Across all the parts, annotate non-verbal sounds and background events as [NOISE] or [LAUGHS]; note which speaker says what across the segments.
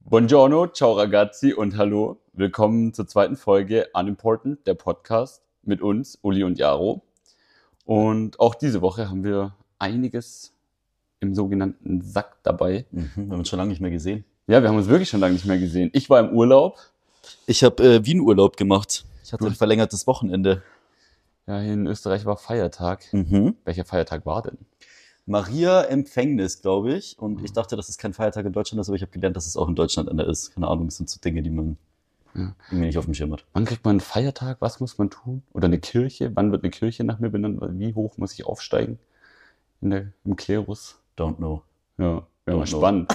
Speaker 1: Buongiorno, ciao ragazzi und hallo. Willkommen zur zweiten Folge Unimportant, der Podcast mit uns, Uli und Jaro. Und auch diese Woche haben wir einiges im sogenannten Sack dabei.
Speaker 2: Mhm, wir haben uns schon lange nicht mehr gesehen.
Speaker 1: Ja, wir haben uns wirklich schon lange nicht mehr gesehen. Ich war im Urlaub.
Speaker 2: Ich habe äh, Wien-Urlaub gemacht. Ich hatte ein verlängertes Wochenende.
Speaker 1: Ja, hier in Österreich war Feiertag.
Speaker 2: Mhm.
Speaker 1: Welcher Feiertag war denn?
Speaker 2: Maria Empfängnis, glaube ich. Und ich dachte, dass es kein Feiertag in Deutschland ist, aber ich habe gelernt, dass es auch in Deutschland einer ist. Keine Ahnung, das sind so Dinge, die man
Speaker 1: Ja.
Speaker 2: irgendwie nicht auf dem Schirm hat.
Speaker 1: Wann kriegt man einen Feiertag? Was muss man tun? Oder eine Kirche? Wann wird eine Kirche nach mir benannt? Wie hoch muss ich aufsteigen in der, im Klerus?
Speaker 2: Don't know.
Speaker 1: Ja, ja
Speaker 2: Don't know.
Speaker 1: mal spannend.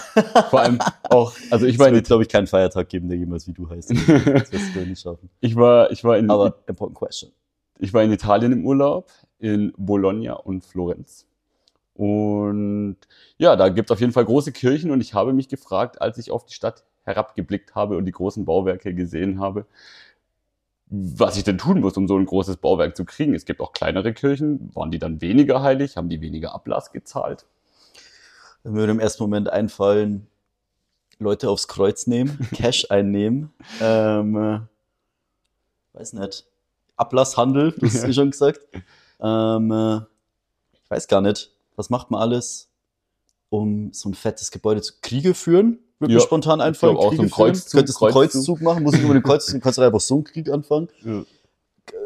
Speaker 1: Vor
Speaker 2: [LAUGHS]
Speaker 1: allem auch, also ich
Speaker 2: Ich
Speaker 1: war,
Speaker 2: meine,
Speaker 1: in,
Speaker 2: wird, glaube ich, keinen Feiertag geben, der jemals wie du [LAUGHS] heißt. Das wirst du nicht schaffen.
Speaker 1: ich war, ich war in,
Speaker 2: Aber important question.
Speaker 1: ich war in Italien im Urlaub, in Bologna und Florenz. Und ja, da gibt es auf jeden Fall große Kirchen und ich habe mich gefragt, als ich auf die Stadt herabgeblickt habe und die großen Bauwerke gesehen habe, was ich denn tun muss, um so ein großes Bauwerk zu kriegen. Es gibt auch kleinere Kirchen. Waren die dann weniger heilig? Haben die weniger Ablass gezahlt?
Speaker 2: Mir würde im ersten Moment einfallen, Leute aufs Kreuz nehmen,
Speaker 1: [LAUGHS]
Speaker 2: Cash einnehmen. Ähm, äh, weiß nicht. Ablasshandel, [LAUGHS] das hast du schon gesagt. Ähm, äh, ich weiß gar nicht. Was macht man alles, um so ein fettes Gebäude zu Kriege führen? Würde mir
Speaker 1: Ja,
Speaker 2: spontan einfallen.
Speaker 1: glaub auch so ein
Speaker 2: führen.
Speaker 1: Kreuzzug,
Speaker 2: Könntest du einen
Speaker 1: Kreuzzug.
Speaker 2: Kreuzzug machen? Muss ich über den Kreuzzug? Du kannst doch einfach so einen Krieg anfangen.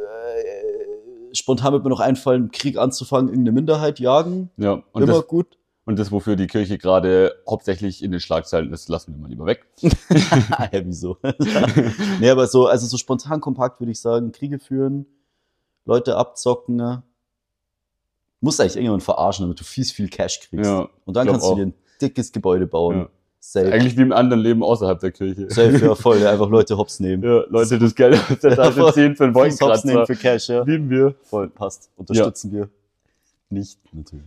Speaker 2: Äh, spontan wird mir noch einfallen, Krieg anzufangen, irgendeine Minderheit jagen.
Speaker 1: Ja, und
Speaker 2: Immer
Speaker 1: das,
Speaker 2: gut.
Speaker 1: und das, wofür die Kirche gerade hauptsächlich in den Schlagzeilen ist, lassen wir mal lieber weg.
Speaker 2: [LAUGHS] Ah, ja, wieso? nee, aber so, also so spontan kompakt würde ich sagen, Kriege führen, Leute abzocken. ne? Musst eigentlich irgendjemanden verarschen, damit du viel, viel Cash kriegst.
Speaker 1: Ja,
Speaker 2: Und dann
Speaker 1: glaub
Speaker 2: kannst
Speaker 1: auch.
Speaker 2: du dir ein dickes Gebäude bauen.
Speaker 1: Ja.
Speaker 2: Safe.
Speaker 1: Eigentlich wie im anderen Leben außerhalb der Kirche.
Speaker 2: Safe, ja, voll. Ja, einfach Leute hops nehmen.
Speaker 1: [LAUGHS] Ja, Leute, das Geld aus der
Speaker 2: Ja,
Speaker 1: Tasche ziehen für einen
Speaker 2: Fuß hops nehmen
Speaker 1: Wolkenkratzer.
Speaker 2: für Cash, ja.
Speaker 1: Lieben wir.
Speaker 2: Voll, passt. Unterstützen wir. Nicht, natürlich.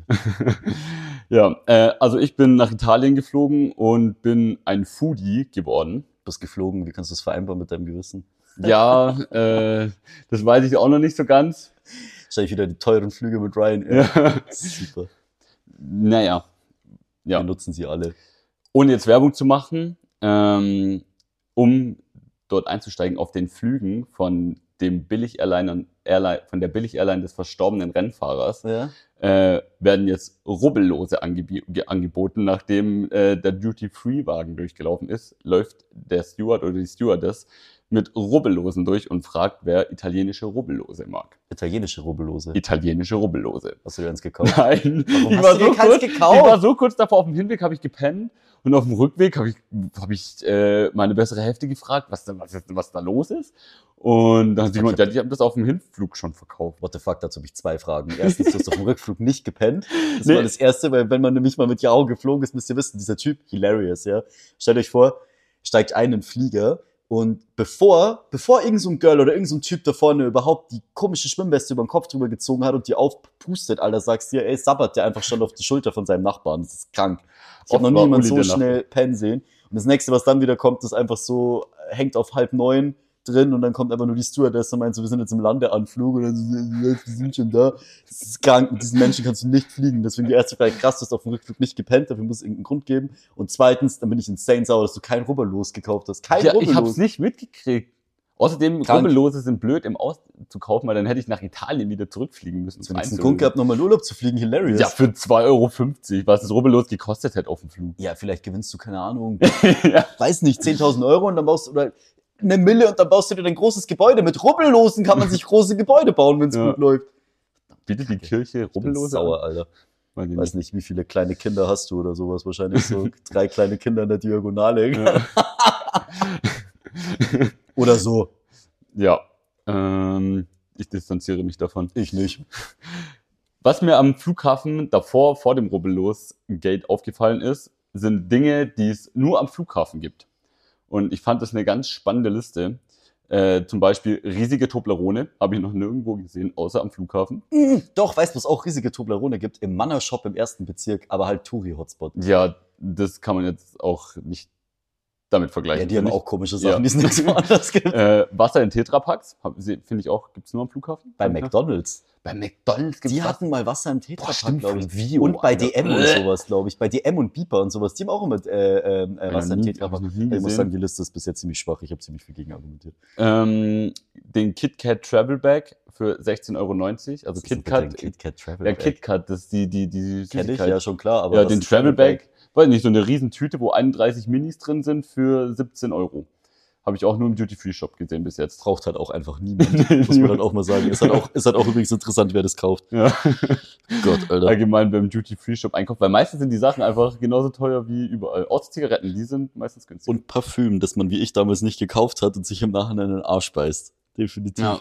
Speaker 1: Ja, äh, also ich bin nach Italien geflogen und bin ein Foodie geworden.
Speaker 2: Du bist geflogen, wie kannst du das vereinbaren mit deinem Gewissen?
Speaker 1: Ja,
Speaker 2: [LAUGHS]
Speaker 1: äh, das weiß ich auch noch nicht so ganz.
Speaker 2: Wahrscheinlich wieder die teuren Flüge mit Ryan.
Speaker 1: Ja.
Speaker 2: Super.
Speaker 1: [LAUGHS] Naja,
Speaker 2: Ja.
Speaker 1: ja.
Speaker 2: Wir nutzen sie alle.
Speaker 1: ohne jetzt Werbung zu machen, ähm, um dort einzusteigen auf den Flügen von dem Billig Airline, Airline von der Billig Airline des verstorbenen Rennfahrers.
Speaker 2: Ja.
Speaker 1: äh, werden jetzt Rubbellose angeb ge- angeboten. Nachdem äh, der Duty-Free-Wagen durchgelaufen ist, läuft der Steward oder die Stewardess mit Rubbellosen durch und fragt, wer italienische Rubbellose mag.
Speaker 2: Italienische Rubbellose.
Speaker 1: Italienische Rubbellose.
Speaker 2: Hast du dir eins
Speaker 1: [LAUGHS]
Speaker 2: gekauft?
Speaker 1: Nein,
Speaker 2: Warum
Speaker 1: ich
Speaker 2: hast
Speaker 1: war,
Speaker 2: du dir
Speaker 1: so
Speaker 2: keins
Speaker 1: kurz, ich
Speaker 2: gekauft?
Speaker 1: war so kurz davor, auf dem Hinweg habe ich gepennt und auf dem Rückweg habe ich, hab ich äh, meine bessere Hälfte gefragt, was, da- was, jetzt- was da los ist. Und dann hat sie gemeint, ja, die haben das auf dem Hinflug schon verkauft.
Speaker 2: What the fuck, dazu habe ich zwei Fragen. Erstens, du hast auf dem Rückflug nicht gepennt. Das ist
Speaker 1: Nee.
Speaker 2: mal das Erste, weil wenn man nämlich mal mit Jao geflogen ist, müsst ihr wissen, dieser Typ, hilarious, ja. Stellt euch vor, steigt ein in den Flieger und bevor, bevor irgend so ein Girl oder irgend so ein Typ da vorne überhaupt die komische Schwimmweste über den Kopf drüber gezogen hat und die aufpustet, Alter, sagst du, ey, sabbert der einfach schon auf die Schulter von seinem Nachbarn. Das ist krank. Ich habe noch
Speaker 1: Oft war
Speaker 2: niemand
Speaker 1: Uli
Speaker 2: so
Speaker 1: der Nachbar.
Speaker 2: schnell pennen sehen. Und das nächste, was dann wieder kommt, ist einfach so, äh, hängt auf halb neun drin und dann kommt einfach nur die Stewardess und meint so, wir sind jetzt im Landeanflug oder so, wir sind schon da. Das ist krank, mit diesen Menschen kannst du nicht fliegen. Deswegen die erste Frage, krass, du hast auf dem Rückflug nicht gepennt, dafür muss es irgendeinen Grund geben. Und zweitens, dann bin ich insane sauer, dass du kein Rubberlos gekauft hast. Kein
Speaker 1: ja, ich hab's
Speaker 2: Rubberlos.
Speaker 1: nicht mitgekriegt. Außerdem,
Speaker 2: Krank.
Speaker 1: Rubbellose sind blöd im Aus zu kaufen, weil dann hätte ich nach Italien wieder zurückfliegen müssen.
Speaker 2: Wenn
Speaker 1: zum
Speaker 2: ich einen
Speaker 1: Einzelhandel.
Speaker 2: Grund gehabt, nochmal in Urlaub zu fliegen, hilarious.
Speaker 1: ja, für 2,50 Euro, was das Rubbellos gekostet hätte auf dem Flug. [LAUGHS]
Speaker 2: ja, vielleicht gewinnst du, keine Ahnung,
Speaker 1: ja.
Speaker 2: weiß nicht, 10.000 Euro und dann baust du oder eine Mille und dann baust du dir dein großes Gebäude. Mit Rubbellosen kann [LAUGHS] man sich große Gebäude bauen, wenn es
Speaker 1: Ja.
Speaker 2: gut läuft.
Speaker 1: Bietet die Kirche
Speaker 2: Ich bin
Speaker 1: Rubbellose
Speaker 2: sauer, Alter.
Speaker 1: an? Weiß ich
Speaker 2: Weiß nicht, wie viele kleine Kinder hast du oder sowas. Wahrscheinlich [LAUGHS] so drei kleine Kinder in der Diagonale.
Speaker 1: nicht. Ja.
Speaker 2: [LAUGHS] Oder so.
Speaker 1: ja. Ähm, ich distanziere mich davon.
Speaker 2: Ich nicht.
Speaker 1: Was mir am Flughafen davor, vor dem Rubbellos-Gate aufgefallen ist, sind Dinge, die es nur am Flughafen gibt. Und ich fand das eine ganz spannende Liste. Äh, zum Beispiel riesige Toblerone, habe ich noch nirgendwo gesehen, außer am Flughafen.
Speaker 2: Mm, Doch, weißt du, was auch riesige Toblerone gibt? Im Mannershop im ersten Bezirk, aber halt Touri-Hotspot.
Speaker 1: Ja, das kann man jetzt auch nicht damit
Speaker 2: Ja,
Speaker 1: vergleichen.
Speaker 2: die haben
Speaker 1: finde ich.
Speaker 2: auch komische Sachen,
Speaker 1: Ja.
Speaker 2: die es [LAUGHS] nirgendwo anders gibt.
Speaker 1: äh, Wasser in Tetrapacks, hab- se- finde ich auch, gibt es nur am Flughafen.
Speaker 2: Bei McDonalds.
Speaker 1: Bei McDonalds gibt
Speaker 2: Die
Speaker 1: es
Speaker 2: hatten mal Wasser im Tetra
Speaker 1: Boah,
Speaker 2: Pak,
Speaker 1: stimmt,
Speaker 2: glaube
Speaker 1: von
Speaker 2: ich.
Speaker 1: Vio.
Speaker 2: Und bei
Speaker 1: Alter. Äh.
Speaker 2: DM und
Speaker 1: Bäh.
Speaker 2: sowas, glaube ich. Bei DM und Beeper und sowas. Die haben auch immer äh, ähm, äh,
Speaker 1: Hab ich
Speaker 2: Wasser
Speaker 1: noch
Speaker 2: im
Speaker 1: nie-
Speaker 2: Tetra
Speaker 1: hab
Speaker 2: Pak.
Speaker 1: ich noch nie
Speaker 2: Also Ich muss sagen,
Speaker 1: gesehen.
Speaker 2: die Liste ist bis jetzt ziemlich schwach. Ich habe ziemlich viel gegen argumentiert.
Speaker 1: Ähm, den KitKat Travel Bag für 16,90 Euro. Also KitKat,
Speaker 2: KitKat Travel.
Speaker 1: ja
Speaker 2: Bag?
Speaker 1: KitKat, das ist die, die, die
Speaker 2: Kenn ich,
Speaker 1: Süßigkeit.
Speaker 2: ja, schon klar. Aber
Speaker 1: ja,
Speaker 2: das
Speaker 1: den
Speaker 2: ist
Speaker 1: Travel Bag, weiß nicht, so eine riesen Tüte, wo 31 Minis drin sind für 17 Euro. Habe ich auch nur im Duty Free Shop gesehen bis jetzt.
Speaker 2: Braucht halt
Speaker 1: [LAUGHS]
Speaker 2: auch einfach niemand. muss man dann auch mal sagen. Ist halt auch, ist halt auch übrigens interessant, wer das kauft.
Speaker 1: ja.
Speaker 2: [LAUGHS] Gott, Alter.
Speaker 1: Allgemein beim Duty Free Shop einkaufen, weil meistens sind die Sachen einfach genauso teuer wie überall. Außer Zigaretten, die sind meistens günstig.
Speaker 2: Und Parfüm, das man wie ich damals nicht gekauft hat und sich im Nachhinein in den Arsch beißt. Definitiv.
Speaker 1: Ja.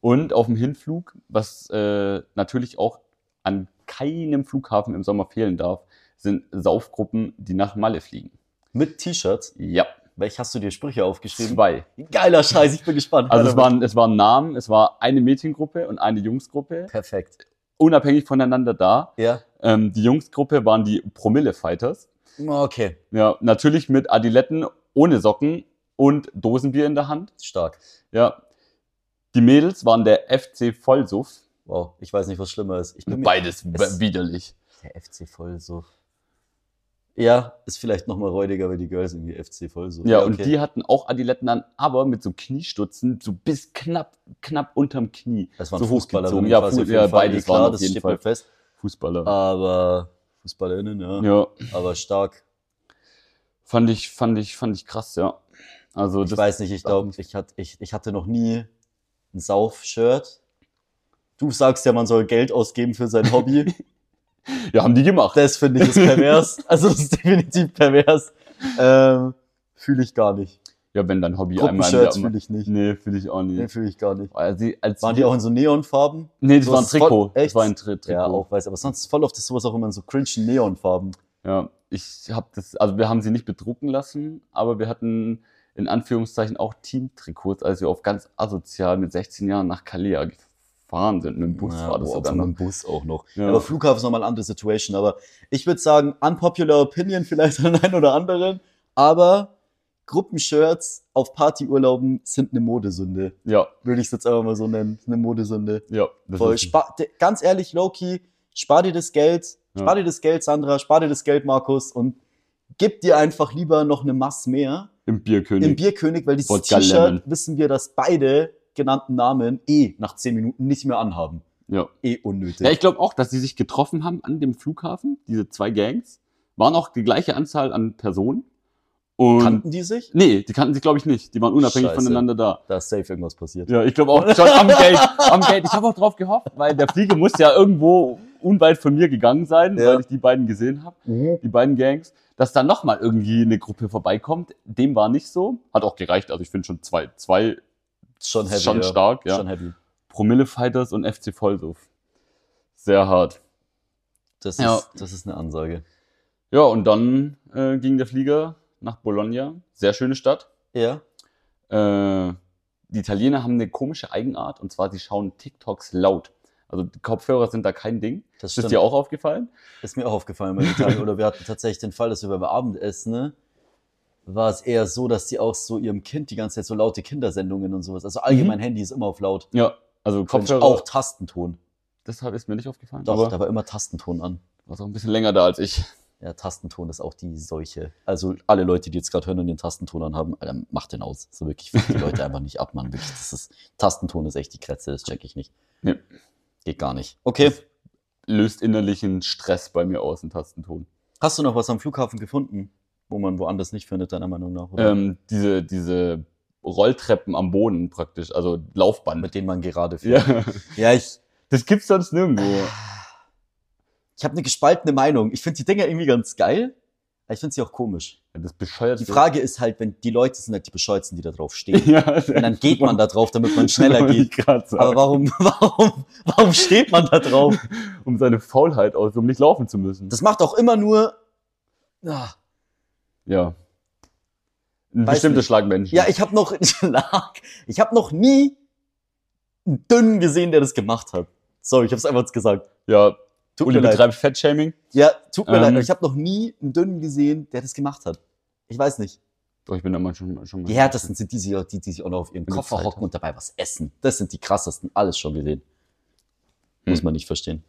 Speaker 1: Und auf dem Hinflug, was äh, natürlich auch an keinem Flughafen im Sommer fehlen darf, sind Saufgruppen, die nach Malle fliegen.
Speaker 2: Mit T-Shirts.
Speaker 1: Ja,
Speaker 2: Welch hast du dir Sprüche aufgeschrieben?
Speaker 1: zwei.
Speaker 2: Geiler Scheiß, ich bin gespannt.
Speaker 1: Also es waren, es waren Namen, es war eine Mädchengruppe und eine Jungsgruppe,
Speaker 2: Perfekt.
Speaker 1: unabhängig voneinander da.
Speaker 2: Ja.
Speaker 1: Ähm, die Jungsgruppe waren die Promille-Fighters.
Speaker 2: Okay.
Speaker 1: Ja, natürlich mit Adiletten, ohne Socken und Dosenbier in der Hand.
Speaker 2: Stark.
Speaker 1: Ja. Die Mädels waren der FC Vollsuff.
Speaker 2: Wow. Ich weiß nicht, was schlimmer ist. Ich mir-
Speaker 1: Beides
Speaker 2: Es-
Speaker 1: widerlich.
Speaker 2: Der FC Vollsuff. Ja, ist vielleicht nochmal räudiger, weil die Girls irgendwie FC Vollsuff.
Speaker 1: Ja, und die hatten auch Adiletten an, aber mit so Kniestutzen, so bis knapp, knapp unterm Knie.
Speaker 2: das waren
Speaker 1: so
Speaker 2: Fußballerinnen.
Speaker 1: hochgezogen. Ja,
Speaker 2: quasi
Speaker 1: Fu-
Speaker 2: auf
Speaker 1: ja,
Speaker 2: jeden Fall.
Speaker 1: beides
Speaker 2: klar,
Speaker 1: waren auf
Speaker 2: das
Speaker 1: jeden
Speaker 2: steht
Speaker 1: Fall.
Speaker 2: mir fest.
Speaker 1: Fußballer.
Speaker 2: Aber Fußballerinnen, ja.
Speaker 1: Ah, Ja,
Speaker 2: Aber stark.
Speaker 1: fand ich, fand ich, fand ich krass, ja. Also,
Speaker 2: Ich
Speaker 1: das,
Speaker 2: weiß nicht, ich glaube, ich, hat, ich, ich hatte noch nie ein Sauf-Shirt. Du sagst ja, man soll Geld ausgeben für sein Hobby.
Speaker 1: [LAUGHS] ja, haben die gemacht.
Speaker 2: Das finde ich ist pervers. Also das ist definitiv pervers. Ähm, fühle ich gar nicht.
Speaker 1: Ja, wenn dein Hobby einmal im Jahr.
Speaker 2: Gruppenshirts fühle ich nicht.
Speaker 1: Nee, fühle ich auch
Speaker 2: Nee,
Speaker 1: nicht.
Speaker 2: fühle ich gar nicht.
Speaker 1: Als, die- als
Speaker 2: Waren die auch in so Neonfarben?
Speaker 1: Nee, das war ein
Speaker 2: sowas
Speaker 1: Trikot.
Speaker 2: voll- echt?
Speaker 1: Das war ein Tri Trikot.
Speaker 2: Ja, auch weiß. Aber sonst voll oft ist sowas auch immer in so cringe Neonfarben.
Speaker 1: Ja, ich habe das, also wir haben sie nicht bedrucken lassen, aber wir hatten in Anführungszeichen auch Teamtrikots, als wir auf ganz asozial mit 16 Jahren nach Kalea gefahren sind. Mit dem Bus war das
Speaker 2: boah,
Speaker 1: sogar
Speaker 2: mit dem
Speaker 1: noch.
Speaker 2: Bus auch noch.
Speaker 1: Ja.
Speaker 2: Aber Flughafen ist nochmal eine andere Situation. Aber ich würde sagen, unpopular opinion vielleicht an den einen oder anderen. Aber Gruppenshirts auf Partyurlauben sind eine Modesünde.
Speaker 1: Ja,
Speaker 2: Würde ich es jetzt einfach mal so nennen. Eine Modesünde.
Speaker 1: ja. Das
Speaker 2: Voll.
Speaker 1: ist-
Speaker 2: Spa de- ganz ehrlich, Loki, spar dir das Geld.
Speaker 1: Ja.
Speaker 2: Spar dir das Geld, Sandra. Spar dir das Geld, Markus. Und gib dir einfach lieber noch eine Masse mehr.
Speaker 1: Im Bierkönig.
Speaker 2: Im Bierkönig, weil dieses
Speaker 1: Wodka Lemon.
Speaker 2: T-Shirt wissen wir, dass beide genannten Namen eh nach 10 Minuten nicht mehr anhaben.
Speaker 1: ja.
Speaker 2: Eh unnötig.
Speaker 1: ja, ich glaube auch, dass sie sich getroffen haben an dem Flughafen, diese zwei Gangs. Waren auch die gleiche Anzahl an Personen. Und
Speaker 2: Kannten die sich?
Speaker 1: nee, die kannten sich, glaube ich, nicht. Die waren unabhängig
Speaker 2: Scheiße.
Speaker 1: voneinander da.
Speaker 2: Da ist safe irgendwas passiert.
Speaker 1: Ja, ich glaube auch schon am Gate. Am Gate. Ich habe auch drauf gehofft, weil der Fliege muss ja irgendwo unweit von mir gegangen sein,
Speaker 2: Ja.
Speaker 1: weil ich die beiden gesehen habe, die beiden Gangs, dass da nochmal irgendwie eine Gruppe vorbeikommt. Dem war nicht so. Hat auch gereicht. Also ich finde schon zwei, zwei
Speaker 2: Schon heavy.
Speaker 1: schon
Speaker 2: ja.
Speaker 1: stark. Ja.
Speaker 2: Schon heavy.
Speaker 1: Promille Fighters und FC Vollsuff. Sehr hart.
Speaker 2: Das,
Speaker 1: Ja.
Speaker 2: ist, das ist eine Ansage.
Speaker 1: Ja, und dann äh, ging der Flieger nach Bologna. Sehr schöne Stadt.
Speaker 2: Ja.
Speaker 1: äh, die Italiener haben eine komische Eigenart und zwar, sie schauen TikToks laut. Also die Kopfhörer sind da kein Ding.
Speaker 2: Das
Speaker 1: Ist das
Speaker 2: stimmt.
Speaker 1: dir auch aufgefallen?
Speaker 2: Ist mir auch aufgefallen bei Italien. Oder wir hatten tatsächlich den Fall, dass wir beim Abendessen ne, war es eher so, dass die auch so ihrem Kind die ganze Zeit so laute Kindersendungen und sowas. Also allgemein Handy ist immer auf laut.
Speaker 1: Ja, also Mhm. Kopfhörer.
Speaker 2: Auch Tastenton.
Speaker 1: Deshalb ist mir nicht aufgefallen.
Speaker 2: Doch,
Speaker 1: aber
Speaker 2: da war immer Tastenton an.
Speaker 1: war so ein bisschen länger da als ich.
Speaker 2: Ja, Tastenton ist auch die Seuche. Also alle Leute, die jetzt gerade hören und den Tastenton anhaben, Alter, macht den aus. So wirklich, fuck die Leute einfach nicht ab, Mann. Wirklich, das ist, Tastenton ist echt die Kretze, das check ich nicht.
Speaker 1: Nee.
Speaker 2: Geht gar nicht. Okay,
Speaker 1: Das löst innerlichen Stress bei mir aus, ein Tastenton.
Speaker 2: hast du noch was am Flughafen gefunden, wo man woanders nicht findet, deiner Meinung nach? Oder?
Speaker 1: Ähm, diese, diese Rolltreppen am Boden praktisch, also Laufband.
Speaker 2: Mit denen man gerade fährt.
Speaker 1: Ja, [LAUGHS]
Speaker 2: Ja, ich,
Speaker 1: das gibt's sonst nirgendwo.
Speaker 2: ich habe eine gespaltene Meinung. Ich finde die Dinger irgendwie ganz geil, aber ich finde sie auch komisch.
Speaker 1: Das bescheuert
Speaker 2: Die Frage ist halt, wenn die Leute sind halt die Bescheuerten, die da drauf stehen.
Speaker 1: [LAUGHS] Ja,
Speaker 2: Und dann geht man da drauf, damit man
Speaker 1: [LAUGHS]
Speaker 2: schneller
Speaker 1: Wollte ich
Speaker 2: geht.
Speaker 1: grad sagen.
Speaker 2: Aber warum, [LAUGHS] warum, warum steht man da drauf?
Speaker 1: um seine Faulheit aus, um nicht laufen zu müssen.
Speaker 2: Das macht auch immer nur. Ah,
Speaker 1: Ja. Ein
Speaker 2: Weiß
Speaker 1: bestimmter
Speaker 2: nicht.
Speaker 1: Schlag Menschen.
Speaker 2: Ja, ich habe noch [LAUGHS] Schlag. Ich habe noch nie einen Dünnen gesehen, der das gemacht hat. Sorry, ich habe es einfach jetzt gesagt.
Speaker 1: ja
Speaker 2: Tut
Speaker 1: Uli
Speaker 2: mir leid.
Speaker 1: betreibt Fettshaming.
Speaker 2: Ja, tut mir
Speaker 1: Ähm.
Speaker 2: leid. Ich habe noch nie einen Dünnen gesehen, der das gemacht hat. Ich weiß nicht.
Speaker 1: Doch, ich bin da mal schon, schon mal.
Speaker 2: Die härtesten sind die, die, die, die sich auch noch auf ihren
Speaker 1: Wenn du
Speaker 2: Koffer
Speaker 1: Zeit
Speaker 2: hocken
Speaker 1: hast.
Speaker 2: und dabei was essen. Das sind die krassesten, alles schon gesehen. Muss
Speaker 1: Hm.
Speaker 2: man nicht verstehen.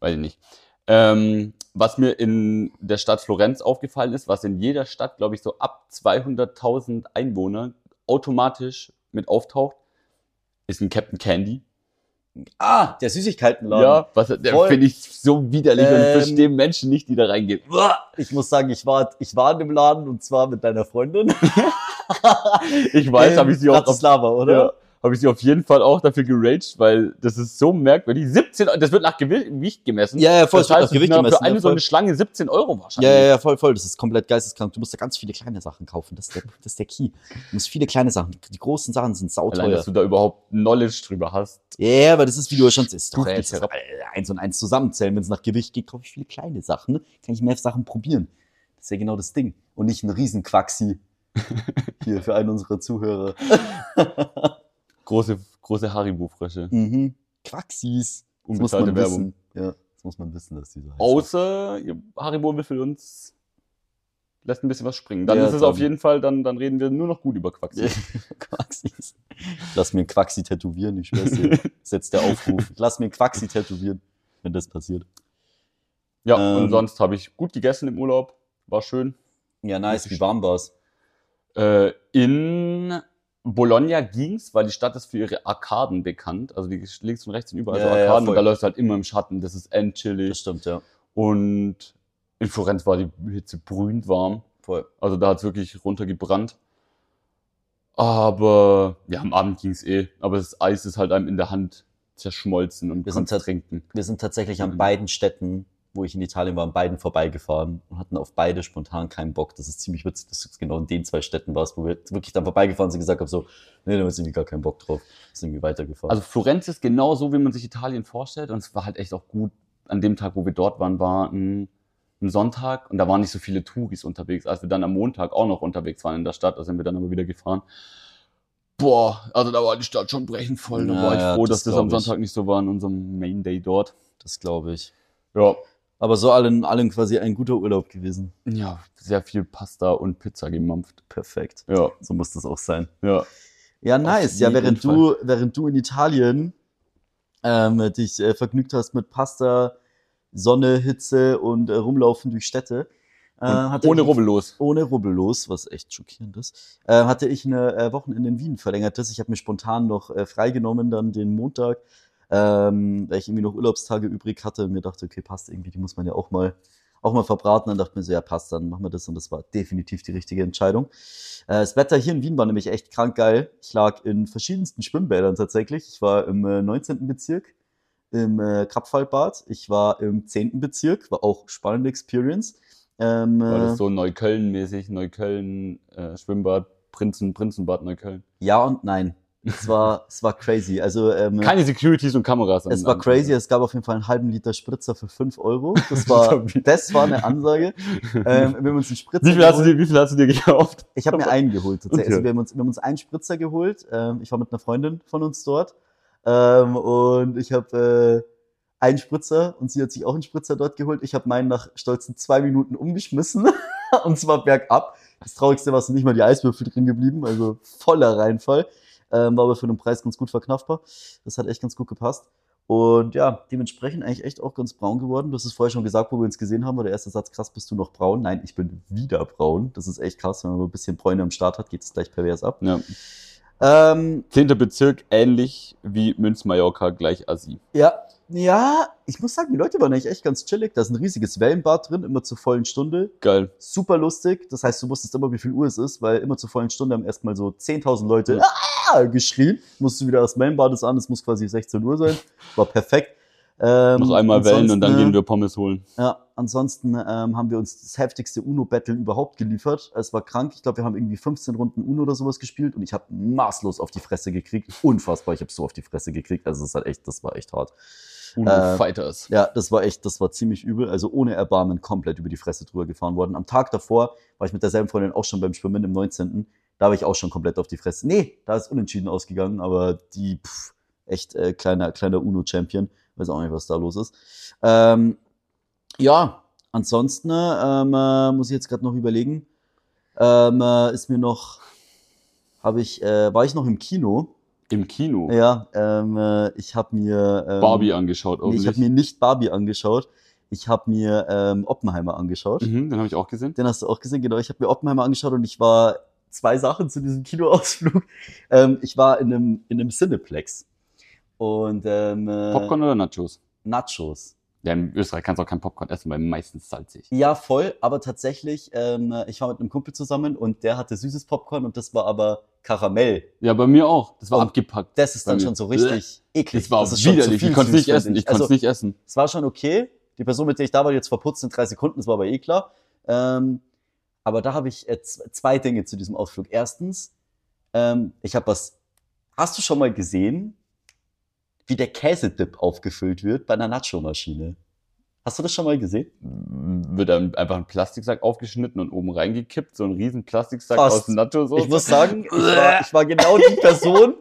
Speaker 1: Weiß ich nicht. Ähm, was mir in der Stadt Florenz aufgefallen ist, was in jeder Stadt, glaube ich, so ab 200.000 Einwohner automatisch mit auftaucht, ist ein Captain Candy.
Speaker 2: Ah, der Süßigkeitenladen.
Speaker 1: Ja, was der
Speaker 2: Voll.
Speaker 1: finde ich so widerlich und
Speaker 2: Ähm.
Speaker 1: verstehe Menschen nicht, die da reingehen.
Speaker 2: Uah, Ich muss sagen, ich war, ich war in dem Laden und zwar mit deiner Freundin.
Speaker 1: Ich weiß, habe ich
Speaker 2: Ähm,
Speaker 1: sie auch auf,
Speaker 2: Bratislava, oder?
Speaker 1: ja, habe ich sie auf jeden Fall auch dafür geraged, weil das ist so merkwürdig. 17, das wird nach Gewicht gemessen.
Speaker 2: Ja, ja, voll.
Speaker 1: Hm? das heißt,
Speaker 2: das Gewicht
Speaker 1: na,
Speaker 2: gemessen,
Speaker 1: für eine
Speaker 2: ja,
Speaker 1: so
Speaker 2: voll.
Speaker 1: eine Schlange 17 Euro wahrscheinlich.
Speaker 2: ja, ja, ja, voll, voll. Das ist komplett geisteskrank. Du musst da ganz viele kleine Sachen kaufen. Das ist der, das ist der Key. Du musst viele kleine Sachen. Die großen Sachen sind
Speaker 1: Allein,
Speaker 2: sauteuer.
Speaker 1: dass du da überhaupt Knowledge drüber hast.
Speaker 2: Ja, yeah, aber das ist, wie du ja schon sagst,
Speaker 1: Gut,
Speaker 2: du kannst
Speaker 1: das
Speaker 2: das eins und eins zusammenzählen. Wenn es nach Gewicht geht, kaufe ich viele kleine Sachen. Kann ich mehr Sachen probieren. Das ist ja genau das Ding. Und nicht ein
Speaker 1: [LAUGHS]
Speaker 2: Riesenquaxi. Hier für einen unserer Zuhörer.
Speaker 1: Große, große Haribo-Frösche.
Speaker 2: Mhm. Quaxis. Das muss
Speaker 1: Unbezahlte
Speaker 2: man
Speaker 1: Werbung.
Speaker 2: wissen. Ja, das muss man wissen, dass die so heißen.
Speaker 1: Außer ihr Haribo will für uns lässt ein bisschen was springen. Dann
Speaker 2: Ja,
Speaker 1: ist es
Speaker 2: dann-
Speaker 1: auf jeden Fall, dann, dann reden wir nur noch gut über Quacks.
Speaker 2: Ja. Quaxis. Lass mir ein Quaxi tätowieren, ich schwör's dir. Das ist jetzt der Aufruf. Lass mir ein Quaxi tätowieren, wenn das passiert.
Speaker 1: Ja, und
Speaker 2: Ähm.
Speaker 1: sonst habe ich gut gegessen im Urlaub. War schön.
Speaker 2: Ja, nice. Wie warm war's?
Speaker 1: Äh, in Bologna ging's, weil die Stadt ist für ihre Arkaden bekannt. Also die ist links und rechts sind überall
Speaker 2: Ja,
Speaker 1: so
Speaker 2: ja,
Speaker 1: Arkaden und
Speaker 2: voll.
Speaker 1: da läufst du halt immer im Schatten. Das ist
Speaker 2: Das
Speaker 1: endchillig.
Speaker 2: stimmt, ja.
Speaker 1: Und in Florenz war die Hitze brühend warm.
Speaker 2: Voll.
Speaker 1: Also da hat's wirklich runtergebrannt. Aber ja, am Abend ging's eh. Aber das Eis ist halt einem in der Hand zerschmolzen und
Speaker 2: Wir
Speaker 1: kannst
Speaker 2: sind tats-
Speaker 1: trinken.
Speaker 2: Wir sind tatsächlich an
Speaker 1: Mhm.
Speaker 2: beiden Städten, wo ich in Italien war, an beiden vorbeigefahren und hatten auf beide spontan keinen Bock. Das ist ziemlich witzig, dass es genau in den zwei Städten war, wo wir wirklich dann vorbeigefahren sind und gesagt haben, so, nee, da haben wir irgendwie gar keinen Bock drauf. Sind irgendwie weitergefahren.
Speaker 1: Also Florenz ist genau so, wie man sich Italien vorstellt. Und es war halt echt auch gut. An dem Tag, wo wir dort waren, war ein, ein Sonntag und da waren nicht so viele Touris unterwegs. Als wir dann am Montag auch noch unterwegs waren in der Stadt, da sind wir dann aber wieder gefahren. Boah, also da war die Stadt schon brechend voll. Da
Speaker 2: Ja,
Speaker 1: war ich
Speaker 2: ja,
Speaker 1: froh,
Speaker 2: das
Speaker 1: dass das am
Speaker 2: glaub ich.
Speaker 1: Sonntag nicht so war in unserem Main Day dort.
Speaker 2: das glaube ich.
Speaker 1: Ja,
Speaker 2: Aber so allen, allen quasi ein guter Urlaub gewesen.
Speaker 1: ja, sehr viel Pasta und Pizza gemampft.
Speaker 2: Perfekt.
Speaker 1: Ja,
Speaker 2: So muss das auch sein.
Speaker 1: ja.
Speaker 2: Ja, nice. Ja,
Speaker 1: jeden
Speaker 2: während du, während du in Italien ähm, dich äh, vergnügt hast mit Pasta, Sonne, Hitze und äh, rumlaufen durch Städte. Äh,
Speaker 1: Und
Speaker 2: hatte
Speaker 1: ohne
Speaker 2: ich-
Speaker 1: rubbellos.
Speaker 2: Ohne rubbellos, was echt schockierend ist, äh, hatte ich eine äh, Wochenende in Wien verlängertes. Ich habe mir spontan noch äh, freigenommen, dann den Montag, ähm, weil ich irgendwie noch Urlaubstage übrig hatte und mir dachte, okay, passt irgendwie, die muss man ja auch mal, auch mal verbraten. Dann dachte ich mir so, ja, passt, dann machen wir das und das war definitiv die richtige Entscheidung. Äh, das Wetter hier in Wien war nämlich echt krank geil. Ich lag in verschiedensten Schwimmbädern tatsächlich. Ich war im äh, 19. Bezirk im äh, Krapfallbad. Ich war im 10. Bezirk, war auch spannende Experience. Ähm,
Speaker 1: War
Speaker 2: äh,
Speaker 1: das so Neukölln-mäßig, Neukölln, äh, Schwimmbad, Prinzen, Prinzenbad Neukölln.
Speaker 2: Ja und nein. Es war, es war crazy. Also ähm,
Speaker 1: Keine Securities und Kameras. am-
Speaker 2: es war
Speaker 1: am-
Speaker 2: crazy. Es gab auf jeden Fall einen halben Liter Spritzer für 5 Euro. Das war, das war eine Ansage. Ähm, wir haben uns einen
Speaker 1: [LAUGHS]
Speaker 2: Spritzer
Speaker 1: Wie viel, hast du
Speaker 2: geholt.
Speaker 1: dir, wie viel hast du dir gekauft?
Speaker 2: Ich habe mir einen geholt. Tatsächlich.
Speaker 1: Okay.
Speaker 2: Also wir, haben uns, wir haben uns einen Spritzer geholt. Ähm, ich war mit einer Freundin von uns dort. Ähm, und ich habe äh, einen Spritzer und sie hat sich auch einen Spritzer dort geholt. Ich habe meinen nach stolzen zwei Minuten umgeschmissen. [LAUGHS] und zwar bergab. Das Traurigste war, es sind nicht mal die Eiswürfel drin geblieben. Also voller Reinfall. Ähm, war aber für den Preis ganz gut verknappbar. Das hat echt ganz gut gepasst. Und ja, dementsprechend eigentlich echt auch ganz braun geworden. Du hast es vorher schon gesagt, wo wir uns gesehen haben, war der erste Satz, krass, bist du noch braun? Nein, ich bin wieder braun. Das ist echt krass. Wenn man ein bisschen Bräune am Start hat, geht es gleich pervers ab.
Speaker 1: Ja.
Speaker 2: Ähm,
Speaker 1: Zehnter Bezirk, ähnlich wie Münz Mallorca, gleich Assi.
Speaker 2: ja, ja, ich muss sagen, die Leute waren eigentlich echt ganz chillig. Da ist ein riesiges Wellenbad drin, immer zur vollen Stunde.
Speaker 1: Geil.
Speaker 2: Super lustig. Das heißt, du wusstest immer, wie viel Uhr es ist, weil immer zur vollen Stunde haben erstmal so 10.000 Leute
Speaker 1: Mhm.
Speaker 2: ah, geschrien. Musst du wieder das Wellenbad ist an, es muss quasi 16 Uhr sein. War perfekt. Ähm,
Speaker 1: Noch einmal Wellen und dann
Speaker 2: ansonsten, äh,
Speaker 1: gehen wir Pommes holen.
Speaker 2: Ja, ansonsten ähm, haben wir uns das heftigste UNO-Battle überhaupt geliefert. Es war krank. Ich glaube, wir haben irgendwie 15 Runden UNO oder sowas gespielt und ich habe maßlos auf die Fresse gekriegt. Unfassbar, ich habe so auf die Fresse gekriegt. Also es hat echt, das war echt hart.
Speaker 1: Uno
Speaker 2: Äh,
Speaker 1: Fighters.
Speaker 2: Ja, das war echt, das war ziemlich übel. Also ohne Erbarmen komplett über die Fresse drüber gefahren worden. Am Tag davor war ich mit derselben Freundin auch schon beim Schwimmen im 19. Da habe ich auch schon komplett auf die Fresse. Nee, da ist unentschieden ausgegangen, aber die, pff, echt äh, kleiner, kleiner UNO-Champion. Weiß auch nicht, was da los ist. Ähm, ja, ansonsten ähm, äh, muss ich jetzt gerade noch überlegen. Ähm, äh, ist mir noch, habe ich, äh, war ich noch im Kino?
Speaker 1: Im Kino
Speaker 2: Ja, ähm, äh, ich habe mir ähm,
Speaker 1: Barbie angeschaut.
Speaker 2: Nee, ich habe mir
Speaker 1: hoffentlich.
Speaker 2: nicht Barbie angeschaut. Ich habe mir ähm, Oppenheimer angeschaut.
Speaker 1: mhm, den habe ich auch gesehen.
Speaker 2: Den hast du auch gesehen, genau. Ich habe mir Oppenheimer angeschaut und ich war zwei Sachen zu diesem Kinoausflug. [LAUGHS] Ähm, ich war in einem, in einem Cineplex und ähm, äh,
Speaker 1: Popcorn oder Nachos?
Speaker 2: Nachos.
Speaker 1: Ja, in Österreich kannst du auch kein Popcorn essen, weil meistens salzig.
Speaker 2: Ja, voll, aber tatsächlich, ähm, ich war mit einem Kumpel zusammen und der hatte süßes Popcorn und das war aber Karamell.
Speaker 1: Ja, bei mir auch. Das war
Speaker 2: Oh.
Speaker 1: abgepackt.
Speaker 2: Das ist
Speaker 1: Bei
Speaker 2: dann
Speaker 1: mir.
Speaker 2: schon so richtig eklig.
Speaker 1: Das war
Speaker 2: ist schon zu
Speaker 1: widerlich.
Speaker 2: viel
Speaker 1: Ich konnte es nicht
Speaker 2: süß, finde
Speaker 1: essen. Ich konnte
Speaker 2: also,
Speaker 1: es nicht essen.
Speaker 2: Es war schon okay. Die Person, mit der ich da war, die hat es verputzt in drei Sekunden, das war aber eh klar. Ähm, aber da habe ich äh, z- zwei Dinge zu diesem Ausflug. Erstens, ähm, ich habe was. Hast du schon mal gesehen, wie der Käsedip aufgefüllt wird bei einer Nacho-Maschine? Hast du das schon mal gesehen?
Speaker 1: Wird dann einfach ein Plastiksack aufgeschnitten und oben reingekippt. So ein riesen Plastiksack aus
Speaker 2: Fast.
Speaker 1: Nacho-Soße.
Speaker 2: Ich muss sagen, ich war, ich war genau die Person.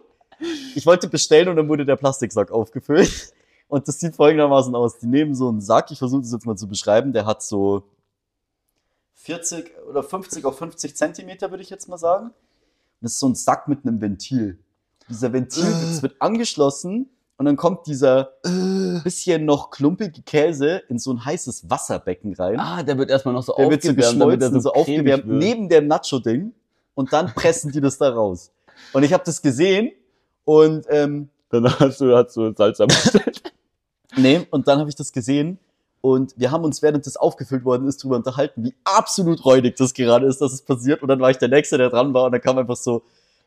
Speaker 2: Ich wollte bestellen und dann wurde der Plastiksack aufgefüllt. Und das sieht folgendermaßen aus. Die nehmen so einen Sack, ich versuche das jetzt mal zu beschreiben, der hat so 40 oder 50 auf 50 Zentimeter, würde ich jetzt mal sagen. Und das ist so ein Sack mit einem Ventil. Dieser Ventil das wird angeschlossen und dann kommt dieser bisschen noch klumpige Käse in so ein heißes Wasserbecken rein.
Speaker 1: ah, der wird erstmal noch so
Speaker 2: Der wird so
Speaker 1: aufgewärmt, damit er
Speaker 2: geschmolzen, so
Speaker 1: cremig
Speaker 2: aufgewärmt,
Speaker 1: wird.
Speaker 2: neben dem Nacho-Ding. Und dann pressen die das da raus. Und ich habe das gesehen und ähm,
Speaker 1: Dann hast du, hast du Salz
Speaker 2: [LAUGHS]
Speaker 1: am bestellt.
Speaker 2: nee, und dann habe ich das gesehen und wir haben uns, während das aufgefüllt worden ist, drüber unterhalten, wie absolut räudig das gerade ist, dass es passiert. Und dann war ich der Nächste, der dran war und dann kam einfach so,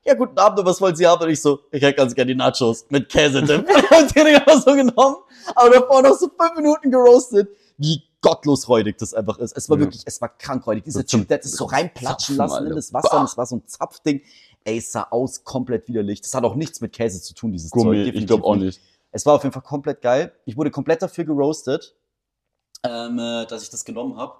Speaker 2: ja, guten Abend, was wollen Sie haben? Und ich so, ich hätte ganz gerne die Nachos mit
Speaker 1: [LAUGHS]
Speaker 2: Käse. drin." [LAUGHS] und den einfach so genommen, aber davor noch so fünf Minuten geroastet. Wie gottlos räudig das einfach ist. Es war
Speaker 1: Ja.
Speaker 2: wirklich, es war krank räudig. Dieser
Speaker 1: So zum
Speaker 2: Typ, der hat es so reinplatschen
Speaker 1: Zapfen,
Speaker 2: lassen in
Speaker 1: Alter.
Speaker 2: das Wasser.
Speaker 1: Bah.
Speaker 2: Und es war so ein Zapfding. Ey, es sah aus komplett widerlich. Das hat auch nichts mit Käse zu tun, dieses Zeug.
Speaker 1: Gummi, ich
Speaker 2: definitiv
Speaker 1: glaube auch nicht.
Speaker 2: es war auf jeden Fall komplett geil. Ich wurde komplett dafür geroastet, ähm, äh, dass ich das genommen habe.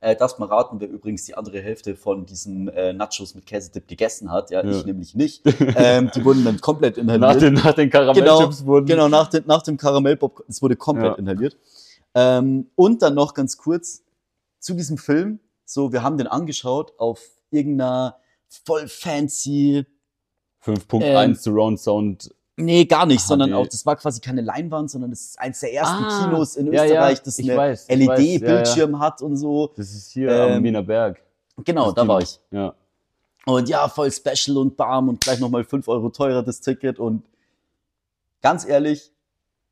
Speaker 2: Äh, darfst mal raten, wer übrigens die andere Hälfte von diesem äh, Nachos mit Käsedip gegessen hat. Ja,
Speaker 1: Ja.
Speaker 2: ich
Speaker 1: [LAUGHS]
Speaker 2: nämlich nicht. Ähm, die wurden dann komplett
Speaker 1: Nach
Speaker 2: inhaliert.
Speaker 1: den, nach den Karamellchips wurden.
Speaker 2: genau, nach, dem nach dem Karamellpopcorn. Es wurde komplett
Speaker 1: Ja.
Speaker 2: inhaliert. Ähm, und dann noch ganz kurz zu diesem Film. So, wir haben den angeschaut auf irgendeiner voll fancy
Speaker 1: 5.1
Speaker 2: Ähm,
Speaker 1: Surround Sound.
Speaker 2: Nee, gar nicht,
Speaker 1: Ah,
Speaker 2: sondern
Speaker 1: nee.
Speaker 2: auch, das war quasi keine Leinwand, sondern das ist eins der ersten
Speaker 1: Ah,
Speaker 2: Kinos in
Speaker 1: ja, ja,
Speaker 2: Österreich, das
Speaker 1: ich
Speaker 2: eine
Speaker 1: weiß, ich weiß,
Speaker 2: LED-Bildschirm E hat und so.
Speaker 1: Das ist hier
Speaker 2: Ähm,
Speaker 1: am Wiener Berg.
Speaker 2: Genau,
Speaker 1: Das
Speaker 2: da war
Speaker 1: Kino.
Speaker 2: ich.
Speaker 1: Ja.
Speaker 2: Und ja, voll special und bam und gleich nochmal 5 Euro teurer das Ticket und ganz ehrlich,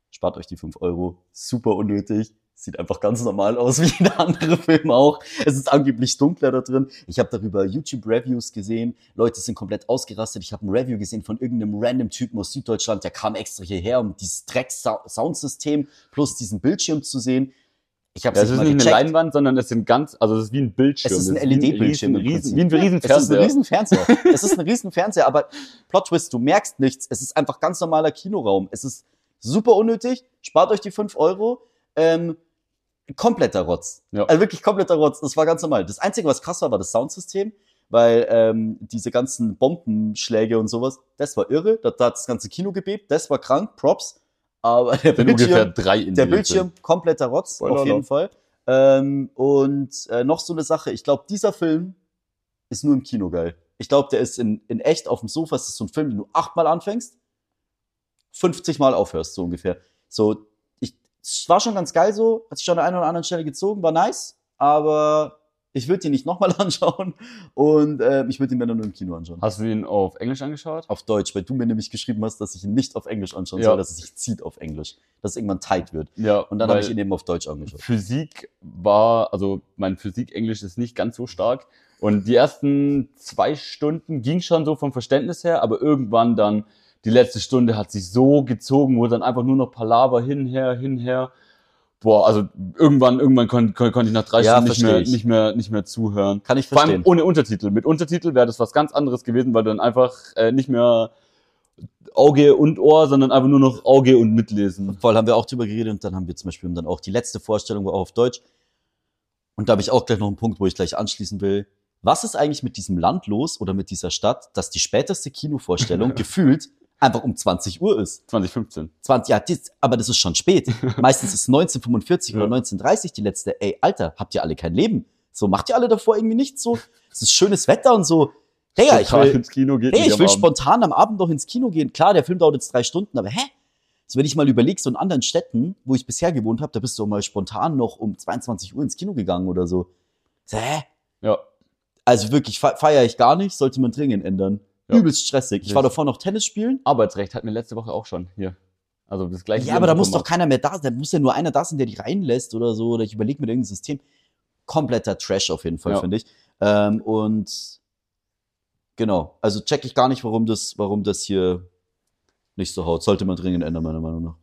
Speaker 2: spart euch die 5 Euro, super unnötig. Sieht einfach ganz normal aus wie jeder andere Film auch. Es ist angeblich dunkler da drin. Ich habe darüber YouTube-Reviews gesehen. Leute sind komplett ausgerastet. Ich habe ein Review gesehen von irgendeinem random Typen aus Süddeutschland, der kam extra hierher, um dieses Drecks-Soundsystem plus diesen Bildschirm zu sehen. Ich habe
Speaker 1: Ja, es ist nicht eine Leinwand, sondern es sind ganz, also es ist wie ein Bildschirm.
Speaker 2: Es ist ein
Speaker 1: wie
Speaker 2: LED-Bildschirm im
Speaker 1: Riesen, riesen,
Speaker 2: Prinzip.
Speaker 1: wie ein
Speaker 2: Es ist ein
Speaker 1: Riesenfernseher. [LAUGHS]
Speaker 2: Riesenfernseher. es ist ein Riesenfernseher, aber Plot Twist, du merkst nichts. Es ist einfach ganz normaler Kinoraum. Es ist super unnötig. Spart euch die 5 Euro. Ähm, kompletter Rotz.
Speaker 1: Ja.
Speaker 2: Also wirklich kompletter Rotz. Das war ganz normal. Das Einzige, was krass war, war das Soundsystem, weil ähm, diese ganzen Bombenschläge und sowas, das war irre. Da, da hat das ganze Kino gebebt. Das war krank. Props. Aber der
Speaker 1: Es sind ungefähr
Speaker 2: Bildschirm,
Speaker 1: drei in
Speaker 2: der
Speaker 1: die Mitte.
Speaker 2: Bildschirm, kompletter Rotz,
Speaker 1: Spoiler
Speaker 2: auf jeden
Speaker 1: alarm.
Speaker 2: Fall. Ähm, und äh, noch so eine Sache, ich glaube, dieser Film ist nur im Kino geil. Ich glaube, der ist in, in echt auf dem Sofa, es ist so ein Film, den du achtmal anfängst, 50 Mal aufhörst, so ungefähr. So, ich, es war schon ganz geil so, hat sich schon an der einen oder anderen Stelle gezogen, war nice, aber ich würde ihn nicht nochmal [LAUGHS] anschauen und äh, ich würde ihn mir dann nur im Kino anschauen.
Speaker 1: Hast du ihn auf Englisch angeschaut?
Speaker 2: Auf Deutsch, weil du mir nämlich geschrieben hast, dass ich ihn nicht auf Englisch anschauen
Speaker 1: Ja.
Speaker 2: soll, dass es sich zieht auf Englisch, dass es irgendwann tight wird.
Speaker 1: Ja.
Speaker 2: Und dann habe
Speaker 1: weil-
Speaker 2: ich ihn eben auf Deutsch angeschaut.
Speaker 1: Physik war, also mein Physik-Englisch ist nicht ganz so stark. Und die ersten zwei Stunden ging schon so vom Verständnis her, aber irgendwann dann, die letzte Stunde hat sich so gezogen, wo dann einfach nur noch Palaver hinher, hinher. Boah, also irgendwann, irgendwann kon- kon- konnte ich nach drei
Speaker 2: Ja,
Speaker 1: Stunden nicht
Speaker 2: versteh
Speaker 1: mehr,
Speaker 2: ich.
Speaker 1: nicht mehr, nicht mehr zuhören.
Speaker 2: Kann ich
Speaker 1: Vor allem
Speaker 2: verstehen.
Speaker 1: ohne Untertitel. Mit Untertitel wäre das was ganz anderes gewesen, weil du dann einfach äh, nicht mehr Auge und Ohr, sondern einfach nur noch Auge und mitlesen.
Speaker 2: Voll haben wir auch drüber geredet und dann haben wir zum Beispiel dann auch die letzte Vorstellung war auch auf Deutsch. Und da habe ich auch gleich noch einen Punkt, wo ich gleich anschließen will. Was ist eigentlich mit diesem Land los oder mit dieser Stadt, dass die späteste
Speaker 1: [LAUGHS]
Speaker 2: Kinovorstellung gefühlt einfach um 20 Uhr ist?
Speaker 1: 2015.
Speaker 2: 20, ja, das, aber das
Speaker 1: [LAUGHS]
Speaker 2: ist schon spät. Meistens ist 1945 oder
Speaker 1: Ja.
Speaker 2: 1930 die letzte. Ey, Alter, habt ihr alle kein Leben? So, macht ihr alle davor irgendwie nichts? So, es ist schönes Wetter und so. Digga, ich
Speaker 1: Total
Speaker 2: will,
Speaker 1: ins Kino geht
Speaker 2: Nee,
Speaker 1: nicht
Speaker 2: ich
Speaker 1: am
Speaker 2: will
Speaker 1: Abend.
Speaker 2: spontan am Abend noch ins Kino gehen. Klar, der Film dauert jetzt drei Stunden, aber hä? Also wenn ich mal überlege, so in anderen Städten, wo ich bisher gewohnt habe, da bist du auch mal spontan noch um 22 Uhr ins Kino gegangen oder so. So, hä?
Speaker 1: Ja.
Speaker 2: Also wirklich, fe feiere ich gar nicht, sollte man dringend ändern.
Speaker 1: Ja.
Speaker 2: Übelst stressig. Ich war davor noch Tennis spielen.
Speaker 1: Arbeitsrecht hatten wir letzte Woche auch schon hier. Also das gleiche. wie
Speaker 2: Ja, aber
Speaker 1: im
Speaker 2: da muss doch
Speaker 1: Supermarkt.
Speaker 2: keiner mehr da sein. Da muss ja nur einer da sein, der dich reinlässt oder so. Oder ich überlege mir irgendein System. Kompletter Trash auf jeden Fall,
Speaker 1: Ja.
Speaker 2: finde ich. Ähm, und genau. Also check ich gar nicht, warum das, warum das hier nicht so haut. Sollte man dringend ändern, meiner Meinung nach.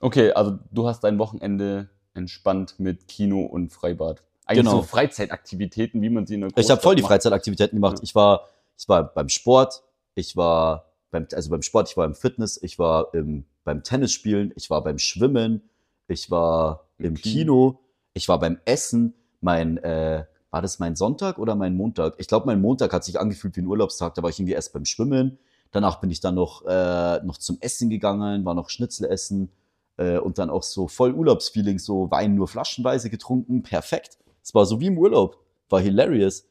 Speaker 1: Okay, also du hast dein Wochenende entspannt mit Kino und Freibad. Eigentlich
Speaker 2: Genau.
Speaker 1: so Freizeitaktivitäten, wie man sie in der
Speaker 2: Ich habe voll die
Speaker 1: Großstadt
Speaker 2: Freizeitaktivitäten gemacht.
Speaker 1: Ja.
Speaker 2: Ich war, ich war beim Sport, ich war beim, also beim Sport, ich war im Fitness, ich war im, beim Tennisspielen, ich war beim Schwimmen, ich war
Speaker 1: Im
Speaker 2: im
Speaker 1: Kino.
Speaker 2: Kino, ich war beim Essen. Mein, äh, war das mein Sonntag oder mein Montag? Ich glaube, mein Montag hat sich angefühlt wie ein Urlaubstag. Da war ich irgendwie erst beim Schwimmen. Danach bin ich dann noch, äh, noch zum Essen gegangen, war noch Schnitzel essen äh, und dann auch so voll Urlaubsfeeling, so Wein nur flaschenweise getrunken. Perfekt. Es war so wie im Urlaub. War hilarious.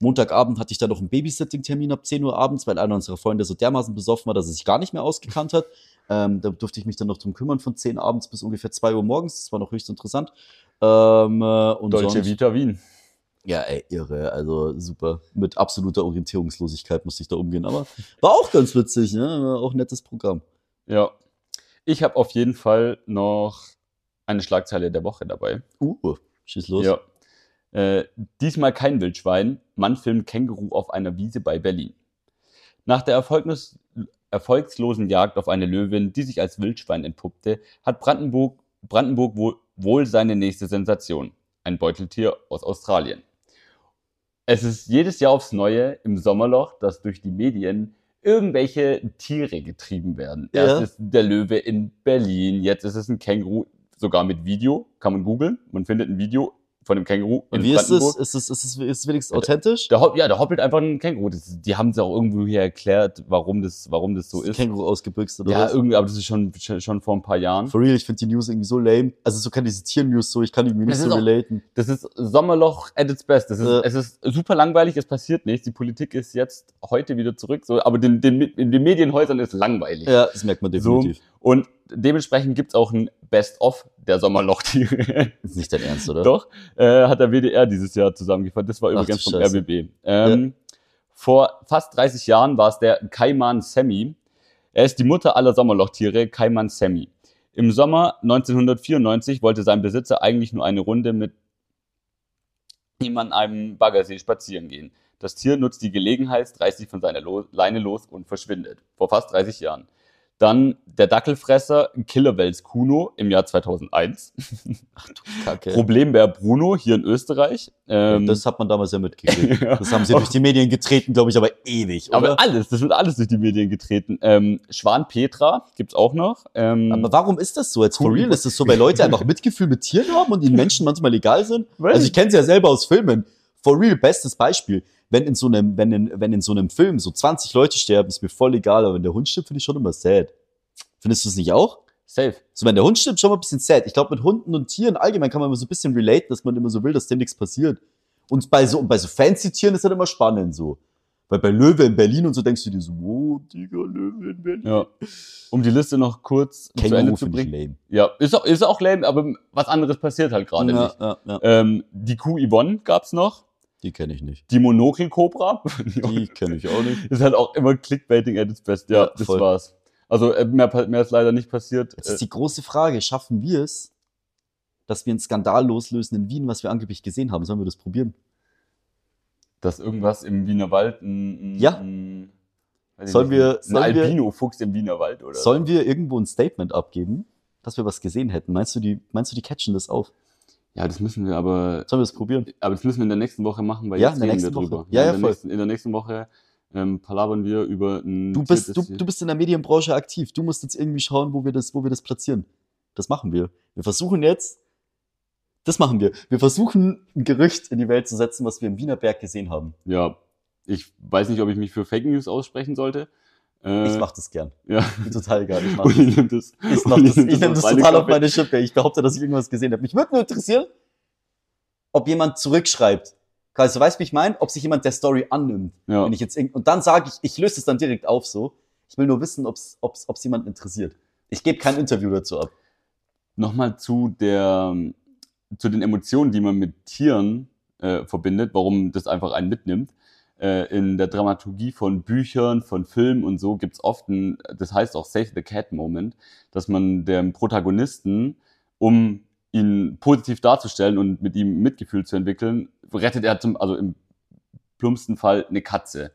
Speaker 2: Montagabend hatte ich dann noch einen Babysitting-Termin ab 10 Uhr abends, weil einer unserer Freunde so dermaßen besoffen war, dass er sich gar nicht mehr ausgekannt hat. Ähm, da durfte ich mich dann noch drum kümmern von 10 abends bis ungefähr 2 Uhr morgens. Das war noch höchst interessant. Ähm, äh, und
Speaker 1: Deutsche
Speaker 2: sonst,
Speaker 1: Vita Wien.
Speaker 2: Ja, ey, irre. Also super. Mit absoluter Orientierungslosigkeit musste ich da umgehen. Aber war auch ganz witzig. Ne? War auch ein nettes Programm.
Speaker 1: Ja. Ich habe auf jeden Fall noch eine Schlagzeile der Woche dabei.
Speaker 2: Uh, schieß los.
Speaker 1: Ja. Äh, diesmal kein Wildschwein. Mann filmt Känguru auf einer Wiese bei Berlin. Nach der erfolglos, erfolgslosen Jagd auf eine Löwin, die sich als Wildschwein entpuppte, hat Brandenburg, Brandenburg wohl, wohl seine nächste Sensation. Ein Beuteltier aus Australien. Es ist jedes Jahr aufs Neue im Sommerloch, dass durch die Medien irgendwelche Tiere getrieben werden.
Speaker 2: Ja.
Speaker 1: Erst ist der Löwe in Berlin, jetzt ist es ein Känguru, sogar mit Video, kann man googeln. Man findet ein Video von dem Känguru in
Speaker 2: Und wie ist es?
Speaker 1: Brandenburg.
Speaker 2: Ist es, ist es, ist es wenigstens authentisch?
Speaker 1: Da, hopp- ja, da hoppelt einfach ein Känguru. Das, die haben es auch irgendwo hier erklärt, warum das, warum das so
Speaker 2: Ist ein
Speaker 1: ist.
Speaker 2: Känguru ausgebüxt oder
Speaker 1: ja,
Speaker 2: was?
Speaker 1: irgendwie, aber das ist schon, schon, schon vor ein paar Jahren.
Speaker 2: For real, ich finde die News irgendwie so lame. Also so kann diese Tier-News so, ich kann irgendwie nicht
Speaker 1: Das
Speaker 2: so
Speaker 1: ist auch-
Speaker 2: relaten.
Speaker 1: Das ist Sommerloch at its best. Das ist,
Speaker 2: Ja.
Speaker 1: Es ist super langweilig, es passiert nichts. Die Politik ist jetzt heute wieder zurück, so, aber den, den, in den Medienhäusern ist langweilig.
Speaker 2: Ja, das merkt man
Speaker 1: So.
Speaker 2: definitiv.
Speaker 1: Und dementsprechend gibt's auch ein Best-of der Sommerlochtiere.
Speaker 2: Ist nicht dein Ernst, oder?
Speaker 1: Doch, äh, hat der WDR dieses Jahr zusammengefasst. Das war
Speaker 2: du
Speaker 1: übrigens vom
Speaker 2: Scheiße.
Speaker 1: RBB. Ähm, Vor fast 30 Jahren war es der Kaiman Semi. Er ist die Mutter aller Sommerlochtiere, Kaiman Semi. Im Sommer 1994 wollte sein Besitzer eigentlich nur eine Runde mit ihm an einem Baggersee spazieren gehen. Das Tier nutzt die Gelegenheit, reißt sich von seiner Lo Leine los und verschwindet. Vor fast 30 Jahren. Dann der Dackelfresser Killerwels Kuno im Jahr [LAUGHS] 2001.
Speaker 2: Kacke.
Speaker 1: Problembär Bruno hier in Österreich. Ähm,
Speaker 2: das hat man damals ja mitgekriegt.
Speaker 1: [LAUGHS] Ja.
Speaker 2: Das haben sie durch die Medien getreten, glaube ich, aber ewig, oder?
Speaker 1: aber alles, das wird alles durch die Medien getreten. Ähm, Schwan Petra gibt's auch noch. Ähm,
Speaker 2: Aber warum ist das so? Jetzt for
Speaker 1: Cool.
Speaker 2: real ist das so, weil Leute einfach Mitgefühl mit Tieren haben und ihnen Menschen manchmal egal sind?
Speaker 1: Weiß
Speaker 2: Also
Speaker 1: ich-
Speaker 2: ich kenne es ja selber aus Filmen. For real, bestes Beispiel. Wenn in so einem, wenn in, wenn in so einem Film so 20 Leute sterben, ist mir voll egal, aber wenn der Hund stirbt, finde ich schon immer sad. Findest du es nicht auch?
Speaker 1: safe.
Speaker 2: So, wenn der Hund stirbt, schon mal ein bisschen sad. Ich glaube, mit Hunden und Tieren allgemein kann man immer so ein bisschen relate, dass man immer so will, dass dem nichts passiert. Und bei so, und bei so fancy Tieren ist das immer spannend so. Weil bei Löwe in Berlin und so denkst du dir so, oh, Digga, Löwe in Berlin.
Speaker 1: Ja. Um die Liste noch kurz um zu
Speaker 2: Känguru
Speaker 1: Ende zu
Speaker 2: finde ich
Speaker 1: bringen.
Speaker 2: lame.
Speaker 1: Ja, ist auch, ist auch lame, aber was anderes passiert halt gerade
Speaker 2: Ja,
Speaker 1: nicht.
Speaker 2: ja, ja.
Speaker 1: Ähm, die Kuh Yvonne gab's noch.
Speaker 2: Die kenne ich nicht.
Speaker 1: Die Monokel-Cobra.
Speaker 2: Die kenne ich auch nicht.
Speaker 1: [LAUGHS] ist halt auch immer Clickbaiting at its best. Ja,
Speaker 2: Ja,
Speaker 1: das
Speaker 2: voll.
Speaker 1: war's. Also äh, mehr, pa- mehr ist leider nicht passiert.
Speaker 2: Jetzt
Speaker 1: Äh,
Speaker 2: ist die große Frage, schaffen wir es, dass wir einen Skandal loslösen in Wien, was wir angeblich gesehen haben? Sollen wir das probieren?
Speaker 1: dass irgendwas im Wiener Wald ein, ein,
Speaker 2: Ja.
Speaker 1: ein weiß ich
Speaker 2: Sollen
Speaker 1: nicht,
Speaker 2: wir-
Speaker 1: ein
Speaker 2: sollen wir-
Speaker 1: Albino-Fuchs im Wiener Wald oder
Speaker 2: Sollen wir irgendwo ein Statement abgeben, dass wir was gesehen hätten? Meinst du, die, meinst du, die catchen das auf?
Speaker 1: Ja, das müssen wir aber,
Speaker 2: Sollen wir das probieren?
Speaker 1: aber das müssen wir in der nächsten Woche machen, weil
Speaker 2: Ja,
Speaker 1: jetzt
Speaker 2: in der
Speaker 1: reden wir
Speaker 2: nächsten Woche.
Speaker 1: drüber.
Speaker 2: Ja, ja,
Speaker 1: in, der
Speaker 2: voll.
Speaker 1: nächsten, in der nächsten Woche ähm, palabern wir über ein
Speaker 2: Du
Speaker 1: Tier,
Speaker 2: bist,
Speaker 1: das
Speaker 2: du,
Speaker 1: hier-
Speaker 2: du bist in der Medienbranche aktiv. Du musst jetzt irgendwie schauen, wo wir das, wo wir das platzieren. Das machen wir. Wir versuchen jetzt, das machen wir. Wir versuchen, ein Gerücht in die Welt zu setzen, was wir im Wiener Berg gesehen haben.
Speaker 1: Ja, ich weiß nicht, ob ich mich für Fake News aussprechen sollte. Äh,
Speaker 2: Ich mache das gern.
Speaker 1: ja.
Speaker 2: Total gern. Ich mach das.
Speaker 1: [LAUGHS] Und ich nehme das,
Speaker 2: Ich
Speaker 1: und
Speaker 2: [LAUGHS] mach das, ich
Speaker 1: nehm
Speaker 2: nehme das
Speaker 1: auf meine
Speaker 2: total auf
Speaker 1: Kappe.
Speaker 2: meine Schippe. Ich behaupte, dass ich irgendwas gesehen habe. Mich würde nur interessieren, ob jemand zurückschreibt. Also weißt du, wie ich meine? Ob sich jemand der Story annimmt.
Speaker 1: Ja.
Speaker 2: Wenn ich jetzt irgend- und dann sage ich, ich löse es dann direkt auf so. Ich will nur wissen, ob es ob's, ob's jemanden interessiert. Ich gebe kein Interview dazu ab.
Speaker 1: Nochmal zu der, zu den Emotionen, die man mit Tieren äh, verbindet, warum das einfach einen mitnimmt. Äh, in der Dramaturgie von Büchern, von Filmen und so gibt's oft ein, das heißt auch Save the Cat Moment, dass man dem Protagonisten, um ihn positiv darzustellen und mit ihm Mitgefühl zu entwickeln, rettet er zum, also im plumpsten Fall eine Katze.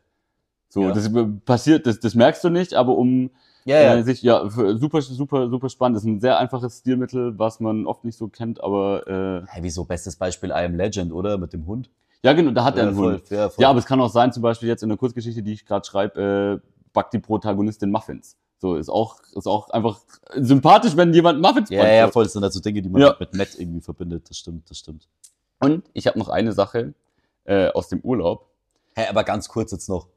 Speaker 1: So,
Speaker 2: Ja.
Speaker 1: das passiert, das, das merkst du nicht, aber um
Speaker 2: Ja,
Speaker 1: ja, sich, ja, f- super, super, super spannend. Ist ein sehr einfaches Stilmittel, was man oft nicht so kennt, aber äh,
Speaker 2: Hey, wieso bestes Beispiel I Am Legend, oder? Mit dem Hund.
Speaker 1: ja, genau, da hat er
Speaker 2: Ja,
Speaker 1: einen
Speaker 2: voll,
Speaker 1: Hund.
Speaker 2: Ja, voll.
Speaker 1: Ja, aber es kann auch sein, zum Beispiel jetzt in der Kurzgeschichte, die ich gerade schreibe, äh, backt die Protagonistin Muffins. So ist auch, ist auch einfach sympathisch, wenn jemand Muffins
Speaker 2: ja,
Speaker 1: backt.
Speaker 2: ja,
Speaker 1: So.
Speaker 2: voll. Das sind halt so Dinge, die man
Speaker 1: Ja.
Speaker 2: mit Matt irgendwie verbindet. Das stimmt, das stimmt.
Speaker 1: Und ich habe noch eine Sache äh, aus dem Urlaub.
Speaker 2: Hey, aber ganz kurz jetzt noch.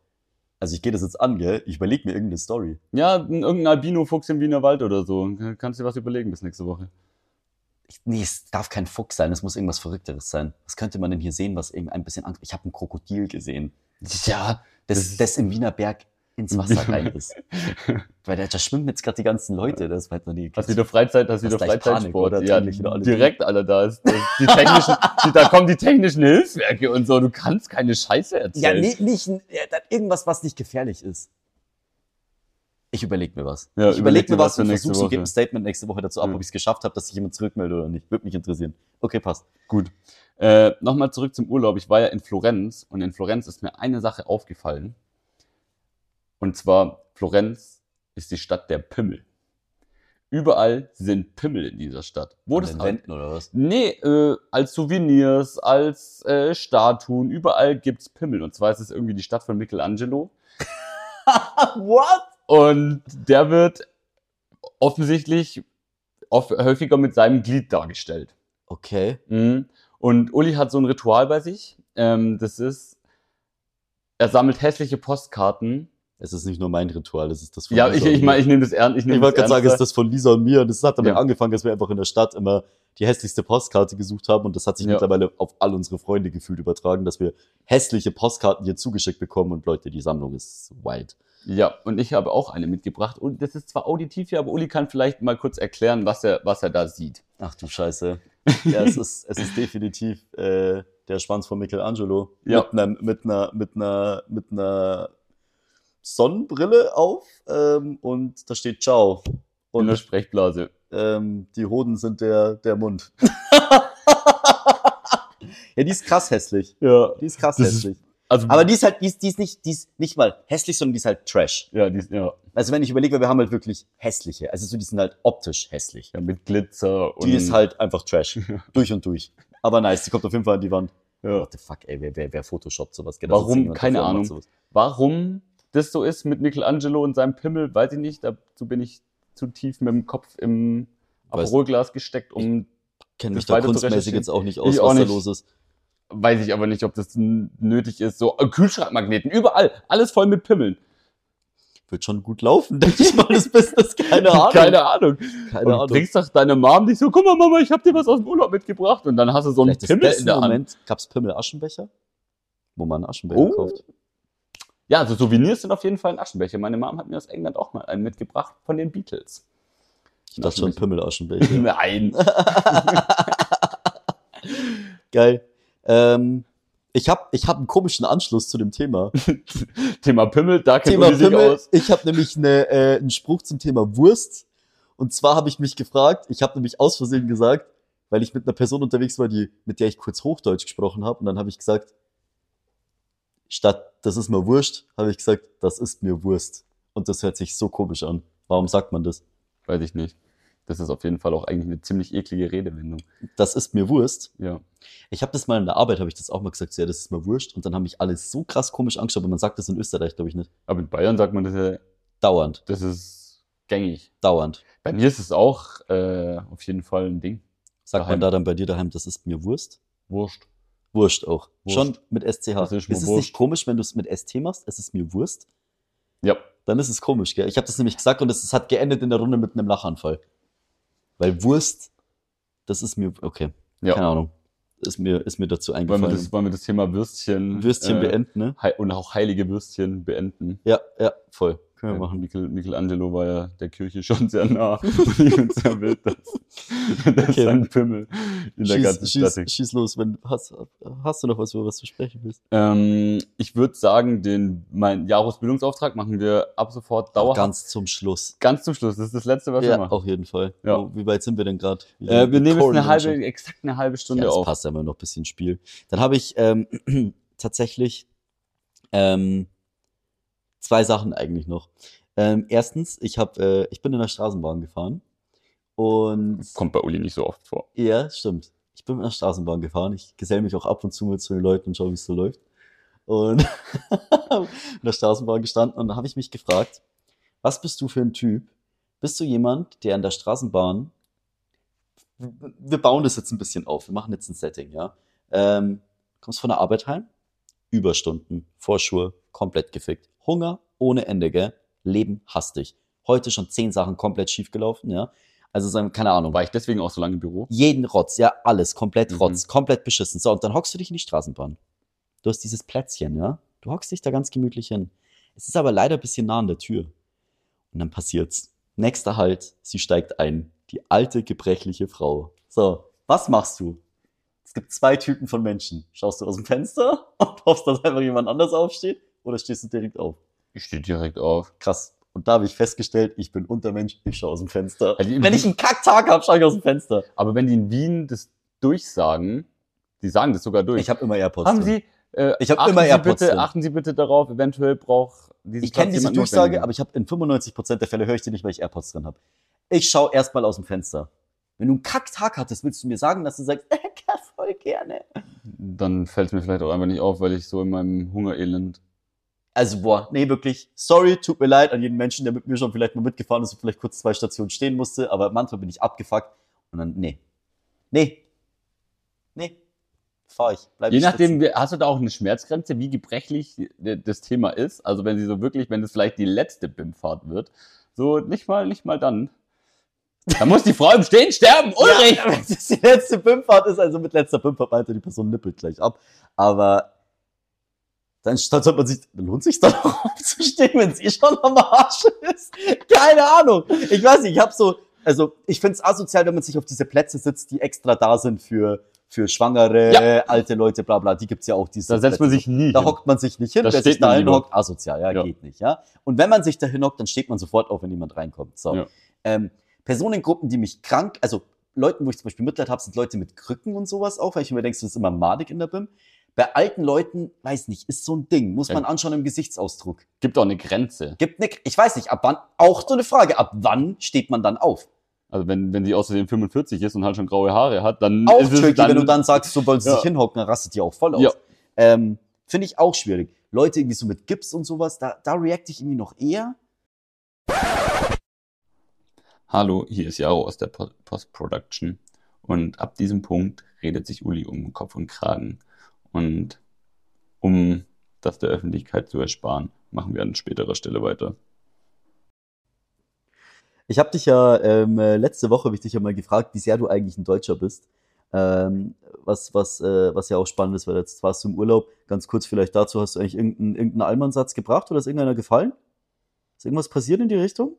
Speaker 2: Also ich gehe das jetzt an, gell? Ich überlege mir irgendeine Story.
Speaker 1: Ja, ein- irgendein Albino-Fuchs im Wiener Wald oder so. Kannst dir was überlegen bis nächste Woche.
Speaker 2: Ich, nee, es darf kein Fuchs sein. Es muss irgendwas Verrückteres sein. Was könnte man denn hier sehen, was irgendein bisschen Angst... Ich habe ein Krokodil gesehen.
Speaker 1: Ja. Das-
Speaker 2: Das, das im Wiener Berg
Speaker 1: [LAUGHS]
Speaker 2: ins Wasser rein ist. Weil da, da schwimmen jetzt gerade die ganzen Leute. Das weiß man nie.
Speaker 1: Hast wieder Freizeit, hast
Speaker 2: Das
Speaker 1: wieder
Speaker 2: ist gleich
Speaker 1: Freizeitsport.
Speaker 2: Panik, oder?
Speaker 1: ja,
Speaker 2: Eigentlich wieder alle
Speaker 1: direkt alle da ist. das- Die technischen, die, da kommen die technischen Hilfswerke und so. Du kannst keine Scheiße
Speaker 2: Ja,
Speaker 1: erzählen.
Speaker 2: nee, nicht, ja, dann irgendwas, was nicht gefährlich ist. Ich überlege mir was.
Speaker 1: Ja,
Speaker 2: ich
Speaker 1: überleg
Speaker 2: überlege mir
Speaker 1: dir was
Speaker 2: was,
Speaker 1: für
Speaker 2: und
Speaker 1: nächste
Speaker 2: versuche und gebe
Speaker 1: Woche. Hm.
Speaker 2: ein Statement nächste Woche dazu ab,
Speaker 1: Ja.
Speaker 2: ob ich es geschafft habe, dass sich jemand zurückmelde oder nicht. Würde mich interessieren. Okay, passt.
Speaker 1: Gut. Äh, Nochmal zurück zum Urlaub. Ich war ja in Florenz und in Florenz ist mir eine Sache aufgefallen. Und zwar, Florenz ist die Stadt der Pimmel. Überall sind Pimmel in dieser Stadt. Wo
Speaker 2: An
Speaker 1: das
Speaker 2: den
Speaker 1: auch-
Speaker 2: Wänden oder
Speaker 1: [LAUGHS]
Speaker 2: was?
Speaker 1: Nee, äh, als Souvenirs, als äh, Statuen, überall gibt's Pimmel. Und zwar ist es irgendwie die Stadt von Michelangelo.
Speaker 2: What?
Speaker 1: Und der wird offensichtlich oft häufiger mit seinem Glied dargestellt.
Speaker 2: Okay.
Speaker 1: Mhm. Und Uli hat so ein Ritual bei sich. Ähm, das ist, er sammelt hässliche Postkarten.
Speaker 2: Es ist nicht nur mein Ritual, es ist das
Speaker 1: ja,
Speaker 2: Lisa
Speaker 1: ich,
Speaker 2: und
Speaker 1: ich
Speaker 2: mir.
Speaker 1: meine, ich nehme das ernst.
Speaker 2: Ich
Speaker 1: nehme
Speaker 2: wollte gerade sagen, es ist
Speaker 1: ernster.
Speaker 2: das von Lisa und mir. Und es hat damit
Speaker 1: Ja.
Speaker 2: angefangen, dass wir einfach in der Stadt immer die hässlichste Postkarte gesucht haben. Und das hat sich
Speaker 1: Ja.
Speaker 2: mittlerweile auf all unsere Freunde gefühlt übertragen, dass wir hässliche Postkarten hier zugeschickt bekommen. Und Leute, die Sammlung ist wild.
Speaker 1: Ja, und ich habe auch eine mitgebracht. Und das ist zwar auditiv hier, aber Uli kann vielleicht mal kurz erklären, was er, was er da sieht.
Speaker 2: Ach du Scheiße.
Speaker 1: [LAUGHS]
Speaker 2: Ja, es ist, es ist definitiv äh, der Schwanz von Michelangelo.
Speaker 1: Ja.
Speaker 2: Mit einer, mit einer, mit einer, mit einer Sonnenbrille auf ähm, und da steht Ciao.
Speaker 1: Und in der
Speaker 2: Und
Speaker 1: Sprechblase.
Speaker 2: ähm, die Hoden sind der,
Speaker 1: [LAUGHS]
Speaker 2: der Mund. ja, die ist krass hässlich.
Speaker 1: Ja.
Speaker 2: Die ist krass
Speaker 1: Das ist-
Speaker 2: hässlich.
Speaker 1: Also,
Speaker 2: Aber die ist halt, die ist, die ist nicht, die ist nicht mal hässlich, sondern die ist halt Trash.
Speaker 1: ja, die, ist- ja,
Speaker 2: Also wenn ich überlege, wir haben halt wirklich hässliche. Also so, die sind halt optisch hässlich.
Speaker 1: ja, mit Glitzer und.
Speaker 2: Die ist halt einfach
Speaker 1: [LAUGHS]
Speaker 2: Trash. durch und durch. Aber nice, die kommt auf jeden Fall an die Wand.
Speaker 1: Ja.
Speaker 2: What the fuck, ey, wer, wer, wer Photoshop sowas? Genau,
Speaker 1: Warum?
Speaker 2: sitzt jemand
Speaker 1: Keine
Speaker 2: davor und macht
Speaker 1: Ahnung.
Speaker 2: sowas.
Speaker 1: Warum das so ist mit Michelangelo und seinem Pimmel, weiß ich nicht. Dazu bin ich zu tief mit dem Kopf im
Speaker 2: Weiß-
Speaker 1: Aperolglas gesteckt, um
Speaker 2: Kenn
Speaker 1: Das
Speaker 2: mich da
Speaker 1: weiter zu
Speaker 2: kunstmäßig
Speaker 1: recherchieren.
Speaker 2: jetzt auch nicht aus,
Speaker 1: Ich auch
Speaker 2: was
Speaker 1: nicht.
Speaker 2: da los ist.
Speaker 1: weiß ich aber nicht, ob das n- nötig ist. So äh, Kühlschrankmagneten überall, alles voll mit Pimmeln.
Speaker 2: Wird schon gut laufen,
Speaker 1: [LAUGHS]
Speaker 2: denke ich mal, das Business. Keine Ahnung.
Speaker 1: Keine Ahnung.
Speaker 2: Keine
Speaker 1: Und du bringst doch deine Mom nicht so, guck mal Mama, ich hab dir was aus dem Urlaub mitgebracht und dann hast du so einen
Speaker 2: Vielleicht ist
Speaker 1: Pimmel
Speaker 2: das
Speaker 1: in
Speaker 2: der
Speaker 1: der Hand.
Speaker 2: Moment. Gab's Pimmel Aschenbecher? Wo man einen Aschenbecher
Speaker 1: Oh.
Speaker 2: kauft.
Speaker 1: Ja, also Souvenirs sind auf jeden Fall ein Aschenbecher. Meine Mom hat mir aus England auch mal einen mitgebracht von den
Speaker 2: [LAUGHS]
Speaker 1: Beatles.
Speaker 2: Ich dachte schon
Speaker 1: Aschenbecher.
Speaker 2: Pimmel Aschenbecher.
Speaker 1: [LAUGHS] Nein.
Speaker 2: Geil. Ähm, ich habe ich hab einen komischen Anschluss zu dem Thema.
Speaker 1: [LAUGHS] Thema Pimmel, da kennt
Speaker 2: Thema
Speaker 1: man sich
Speaker 2: Pimmel.
Speaker 1: aus.
Speaker 2: Ich habe nämlich eine, äh, einen Spruch zum Thema Wurst. Und zwar habe ich mich gefragt, ich habe nämlich aus Versehen gesagt, weil ich mit einer Person unterwegs war, die, mit der ich kurz Hochdeutsch gesprochen habe. Und dann habe ich gesagt, statt das ist mir Wurst, habe ich gesagt, das ist mir Wurst. Und das hört sich so komisch an. Warum sagt man das?
Speaker 1: Weiß ich nicht. Das ist auf jeden Fall auch eigentlich eine ziemlich eklige Redewendung.
Speaker 2: Das ist mir Wurst.
Speaker 1: Ja.
Speaker 2: Ich habe das mal in der Arbeit, habe ich das auch mal gesagt, so, ja, das ist mir Wurst. Und dann haben mich alle so krass komisch angeschaut, aber man sagt das in Österreich, glaube ich, nicht.
Speaker 1: Aber in Bayern sagt man, das, ja-
Speaker 2: Dauernd,
Speaker 1: das ist gängig.
Speaker 2: dauernd.
Speaker 1: Bei mir ist es auch äh, auf jeden Fall ein Ding.
Speaker 2: Sagt
Speaker 1: Daheim.
Speaker 2: man da dann bei dir daheim, das ist mir Wurst?
Speaker 1: Wurscht.
Speaker 2: Wurst auch.
Speaker 1: Wurst.
Speaker 2: Schon mit SCH.
Speaker 1: Das ist
Speaker 2: ist
Speaker 1: mir
Speaker 2: es
Speaker 1: Wurst.
Speaker 2: nicht komisch, wenn du es mit ST machst? Es ist mir Wurst?
Speaker 1: Ja.
Speaker 2: Dann ist es komisch, gell? Ich habe das nämlich gesagt und es es hat geendet in der Runde mit einem Lachanfall. Weil Wurst, das ist mir. Okay,
Speaker 1: Ja.
Speaker 2: keine Ahnung. Ist mir, ist mir dazu
Speaker 1: Wollen wir,
Speaker 2: eingefallen.
Speaker 1: das, wollen wir das Thema Würstchen,
Speaker 2: Würstchen
Speaker 1: äh,
Speaker 2: beenden, ne?
Speaker 1: hei- und auch heilige Würstchen beenden?
Speaker 2: Ja, ja, voll. Können
Speaker 1: Äh,
Speaker 2: wir machen.
Speaker 1: Michel, Michelangelo war ja der Kirche schon sehr
Speaker 2: [LAUGHS]
Speaker 1: nah und ich bin sehr wild, dass, dass
Speaker 2: Okay.
Speaker 1: sein Pimmel in der ganzen
Speaker 2: Schieß,
Speaker 1: Stadt
Speaker 2: schieß,
Speaker 1: hängt.
Speaker 2: schieß los, wenn hast, hast du noch was, über was du sprechen willst?
Speaker 1: Ähm, ich würde sagen, den, mein Jahresbildungsauftrag machen wir ab sofort dauerhaft. Ganz,
Speaker 2: Ganz zum Schluss.
Speaker 1: zum Schluss. Das ist das Letzte, was wir
Speaker 2: Ja, oh,
Speaker 1: machen.
Speaker 2: auf jeden Fall.
Speaker 1: Ja.
Speaker 2: Wo- Wie weit sind wir denn gerade?
Speaker 1: Äh, wir nehmen jetzt eine
Speaker 2: Corona schon.
Speaker 1: halbe, exakt eine halbe Stunde
Speaker 2: ja, das
Speaker 1: auf.
Speaker 2: passt aber noch ein bisschen Spiel. Dann habe ich ähm, [CLEARS THROAT] tatsächlich ähm, zwei Sachen eigentlich noch. Ähm, erstens, ich habe, äh, ich bin in der Straßenbahn gefahren und
Speaker 1: Kommt bei Uli nicht so oft vor.
Speaker 2: ja, stimmt. Ich bin mit der Straßenbahn gefahren. Ich gesell mich auch ab und zu mal zu den Leuten und schaue, wie es so läuft. Und [LAUGHS] in der Straßenbahn gestanden und dann habe ich mich gefragt, was bist du für ein Typ? Bist du jemand, der in der Straßenbahn, wir bauen das jetzt ein bisschen auf, wir machen jetzt ein Setting, ja. Ähm, kommst von der Arbeit heim, Überstunden, Vorschuhe, komplett gefickt, Hunger ohne Ende, gell? Leben hastig. Heute schon zehn Sachen komplett schief gelaufen, ja. Also, sagen wir, keine Ahnung,
Speaker 1: War ich deswegen auch so lange im Büro?
Speaker 2: jeden Rotz, ja, alles, komplett
Speaker 1: Mhm.
Speaker 2: Rotz, komplett beschissen. So, und dann hockst du dich in die Straßenbahn. Du hast dieses Plätzchen, ja? Du hockst dich da ganz gemütlich hin. Es ist aber leider ein bisschen nah an der Tür. Und dann passiert's. Nächster Halt, sie steigt ein. Die alte, gebrechliche Frau. So, was machst du? Es gibt zwei Typen von Menschen. Schaust du aus dem Fenster [LAUGHS] und hoffst, dass einfach jemand anders aufsteht? Oder stehst du direkt auf?
Speaker 1: Ich stehe direkt auf.
Speaker 2: Krass. Und da habe ich festgestellt, ich bin Untermensch, ich schaue aus dem Fenster.
Speaker 1: Also,
Speaker 2: Wenn ich einen Kacktag habe, schaue ich aus dem Fenster.
Speaker 1: Aber wenn die in Wien das durchsagen, die sagen das sogar durch.
Speaker 2: Ich habe immer AirPods.
Speaker 1: haben
Speaker 2: drin.
Speaker 1: Sie, äh,
Speaker 2: Ich hab
Speaker 1: achten
Speaker 2: immer
Speaker 1: Sie
Speaker 2: AirPods
Speaker 1: bitte,
Speaker 2: drin.
Speaker 1: Achten Sie bitte darauf, eventuell braucht diese
Speaker 2: Ich kenne diese Durchsage, aber ich habe in 95% der Fälle höre ich die nicht, weil ich AirPods drin habe. Ich schaue erstmal aus dem Fenster. Wenn du einen Kacktag hattest, willst du mir sagen, dass du sagst, [LAUGHS] ja, voll gerne.
Speaker 1: Dann fällt es mir vielleicht auch einfach nicht auf, weil ich so in meinem Hungerelend.
Speaker 2: Also boah, nee, wirklich, sorry, tut mir leid an jeden Menschen, der mit mir schon vielleicht mal mitgefahren ist und vielleicht kurz zwei Stationen stehen musste, aber manchmal bin ich abgefuckt und dann, nee, nee, nee, fahr ich, bleib
Speaker 1: Je
Speaker 2: ich
Speaker 1: nachdem,
Speaker 2: sitzen.
Speaker 1: wie- hast du da auch eine Schmerzgrenze, wie gebrechlich d- das Thema ist? Also wenn sie so wirklich, wenn das vielleicht die letzte BIM-Fahrt wird, so nicht mal, nicht mal dann. Da muss die Frau im Stehen sterben, Ulrich!
Speaker 2: Ja, [LAUGHS] wenn es die letzte Pimpfahrt ist, also mit letzter Pimpfahrt meinte die Person nippelt gleich ab. Aber dann statt sollte man sich, dann lohnt sich doch noch [LAUGHS] aufzustehen, wenn es eh schon am Arsch ist. Keine Ahnung. Ich weiß nicht, ich habe so, also ich finde es asozial, wenn man sich auf diese Plätze sitzt, die extra da sind für, für Schwangere, alte Leute, bla bla. Die gibt's ja auch. Diese
Speaker 1: Da setzt man
Speaker 2: Plätze.
Speaker 1: sich nie
Speaker 2: Da
Speaker 1: hin.
Speaker 2: hockt man sich nicht hin.
Speaker 1: Da
Speaker 2: Wer
Speaker 1: steht
Speaker 2: sich da
Speaker 1: man
Speaker 2: hin
Speaker 1: lieber.
Speaker 2: hockt, asozial, ja,
Speaker 1: Ja.
Speaker 2: geht nicht, ja. Und wenn man sich da hin hockt, dann steht man sofort auf, wenn jemand reinkommt. So.
Speaker 1: Ja.
Speaker 2: Ähm, Personengruppen, die mich krank, also Leuten, wo ich zum Beispiel Mitleid habe, sind Leute mit Krücken und sowas auch, weil ich mir denke, das ist immer madig in der BIM. Bei alten Leuten, weiß nicht, ist so ein Ding. Muss
Speaker 1: Ja.
Speaker 2: man anschauen im Gesichtsausdruck.
Speaker 1: Gibt auch eine Grenze.
Speaker 2: Gibt ne, ich weiß nicht, ab wann, auch so eine Frage, ab wann steht man dann auf?
Speaker 1: Also wenn, wenn sie außerdem 45 ist und halt schon graue Haare hat, dann
Speaker 2: Auch
Speaker 1: ist es
Speaker 2: tricky,
Speaker 1: dann,
Speaker 2: wenn du dann sagst, so wollen sie
Speaker 1: Ja.
Speaker 2: sich hinhocken, dann rastet die auch voll aus.
Speaker 1: Ja.
Speaker 2: Ähm, Finde ich auch schwierig. Leute irgendwie so mit Gips und sowas, da, da reacte ich irgendwie noch eher.
Speaker 1: Hallo, hier ist Jaro aus der Po- Post-Production. Und ab diesem Punkt redet sich Uli um Kopf und Kragen. Und um das der Öffentlichkeit zu ersparen, machen wir an späterer Stelle weiter.
Speaker 2: Ich habe dich ja ähm, äh, letzte Woche, habe ich dich ja mal gefragt, wie sehr du eigentlich ein Deutscher bist. Ähm, was, was, äh, was ja auch spannend ist, weil jetzt warst du im Urlaub. Ganz kurz vielleicht dazu, hast du eigentlich irgendeinen irgendeinen Allmannsatz gebracht oder ist irgendeiner gefallen? Ist irgendwas passiert in die Richtung?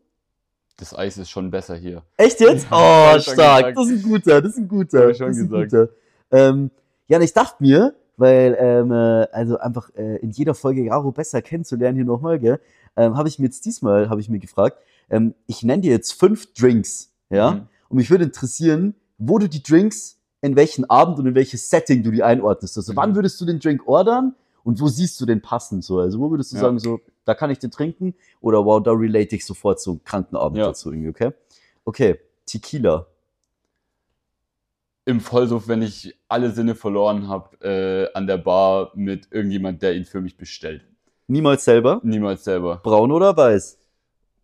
Speaker 1: Das Eis ist schon besser hier.
Speaker 2: Echt
Speaker 1: [LAUGHS]
Speaker 2: jetzt?
Speaker 1: hab
Speaker 2: Oh,
Speaker 1: ich schon
Speaker 2: stark.
Speaker 1: gesagt.
Speaker 2: Das ist ein guter, das ist ein guter.
Speaker 1: Hab ich schon
Speaker 2: das ist ein
Speaker 1: gesagt.
Speaker 2: guter. Ähm, ja, und ich dachte mir, weil, ähm, äh, also einfach äh, in jeder Folge Jaro besser kennenzulernen hier nochmal, gell, ähm, habe ich mir jetzt diesmal, habe ich mir gefragt, ähm, ich nenne dir jetzt fünf Drinks, ja,
Speaker 1: Mhm.
Speaker 2: und mich würde interessieren, wo du die Drinks, in welchen Abend und in welches Setting du die einordnest. Also
Speaker 1: Mhm.
Speaker 2: wann würdest du den Drink ordern und wo siehst du den passend so? Also wo würdest du
Speaker 1: Ja.
Speaker 2: sagen, so, da kann ich den trinken oder wow, da relate ich sofort zum kranken Abend
Speaker 1: Ja.
Speaker 2: dazu irgendwie, okay? Okay, Tequila.
Speaker 1: Im Vollsuff, wenn ich alle Sinne verloren habe, äh, an der Bar mit irgendjemand, der ihn für mich bestellt.
Speaker 2: Niemals selber.
Speaker 1: Niemals selber.
Speaker 2: Braun oder weiß?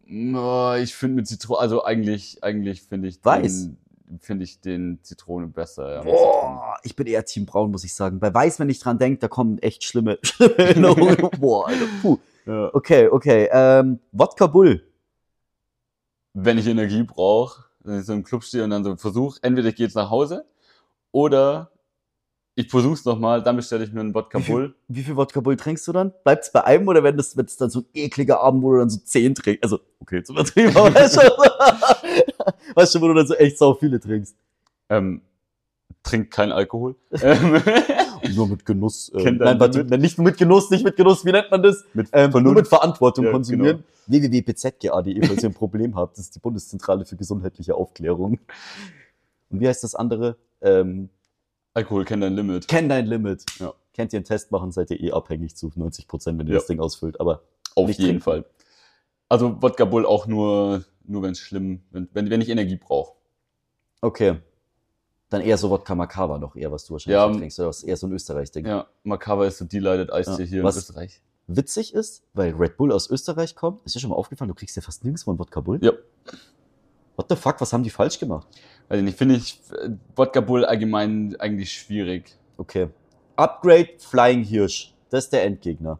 Speaker 1: Na, Ich finde mit Zitrone, also eigentlich, eigentlich finde ich
Speaker 2: Weiß.
Speaker 1: den, finde ich den Zitrone besser. Ja, mit Zitrone.
Speaker 2: Boah, ich bin eher Team Braun, muss ich sagen. Bei Weiß, wenn ich dran denke, da kommen echt schlimme, [LAUGHS] schlimme
Speaker 1: [LAUGHS]
Speaker 2: Erinnerungen. Boah, Alter, puh.
Speaker 1: Ja.
Speaker 2: Okay, okay. Ähm, Wodka Bull.
Speaker 1: wenn ich Energie brauche, wenn ich so im Club stehe und dann so versuche, entweder ich gehe jetzt nach Hause oder Ich versuch's nochmal, dann bestelle ich mir einen Wodka
Speaker 2: Wie viel-
Speaker 1: Bull.
Speaker 2: Wie viel Wodka Bull trinkst du dann? Bleibt's bei einem oder wenn das, wird's dann so ein ekliger Abend, wo du dann so zehn trinkst? Also, okay, jetzt übertrieben, aber [LAUGHS] weißt du, weißt du, wo du dann so echt sau viele trinkst.
Speaker 1: Ähm, trinkt keinen
Speaker 2: [LAUGHS]
Speaker 1: Alkohol. Ähm,
Speaker 2: Nur mit Genuss. Äh,
Speaker 1: Kennt
Speaker 2: nein,
Speaker 1: einen
Speaker 2: warte, nicht mit Genuss, nicht mit Genuss, wie nennt man das?
Speaker 1: mit
Speaker 2: Ähm, nur mit Verantwortung
Speaker 1: Ja, genau.
Speaker 2: konsumieren. www.pzga.de, falls ihr ein Problem habt. Das ist die Bundeszentrale für gesundheitliche Aufklärung. Und wie heißt das andere? Ähm,
Speaker 1: Alkohol kennt ein Limit.
Speaker 2: kenn dein Limit.
Speaker 1: Ja.
Speaker 2: Kennt ihr einen Test machen, seid ihr eh abhängig zu 90 Prozent, wenn ihr
Speaker 1: Ja.
Speaker 2: das Ding ausfüllt. Aber
Speaker 1: Auf
Speaker 2: Nicht
Speaker 1: jeden
Speaker 2: trinken.
Speaker 1: Fall. Also Wodka Bull auch nur, nur wenn es schlimm, wenn, wenn, wenn ich Energie brauche.
Speaker 2: okay. Dann eher so Wodka Makava noch eher, was du wahrscheinlich
Speaker 1: Ja, ähm,
Speaker 2: ja, trinkst. Oder was eher so ein Österreich-Ding.
Speaker 1: Ja, Makava ist so delighted Eistee
Speaker 2: Ja,
Speaker 1: hier
Speaker 2: was-
Speaker 1: in Österreich.
Speaker 2: Witzig ist, weil Red Bull aus Österreich kommt. Ist dir schon mal aufgefallen, du kriegst ja fast nirgendwo einen Wodka Bull?
Speaker 1: Ja.
Speaker 2: What the fuck, was haben die falsch gemacht?
Speaker 1: Weiß ich nicht, finde ich äh, Wodka Bull allgemein eigentlich schwierig.
Speaker 2: Okay. Upgrade Flying Hirsch. Das ist der Endgegner.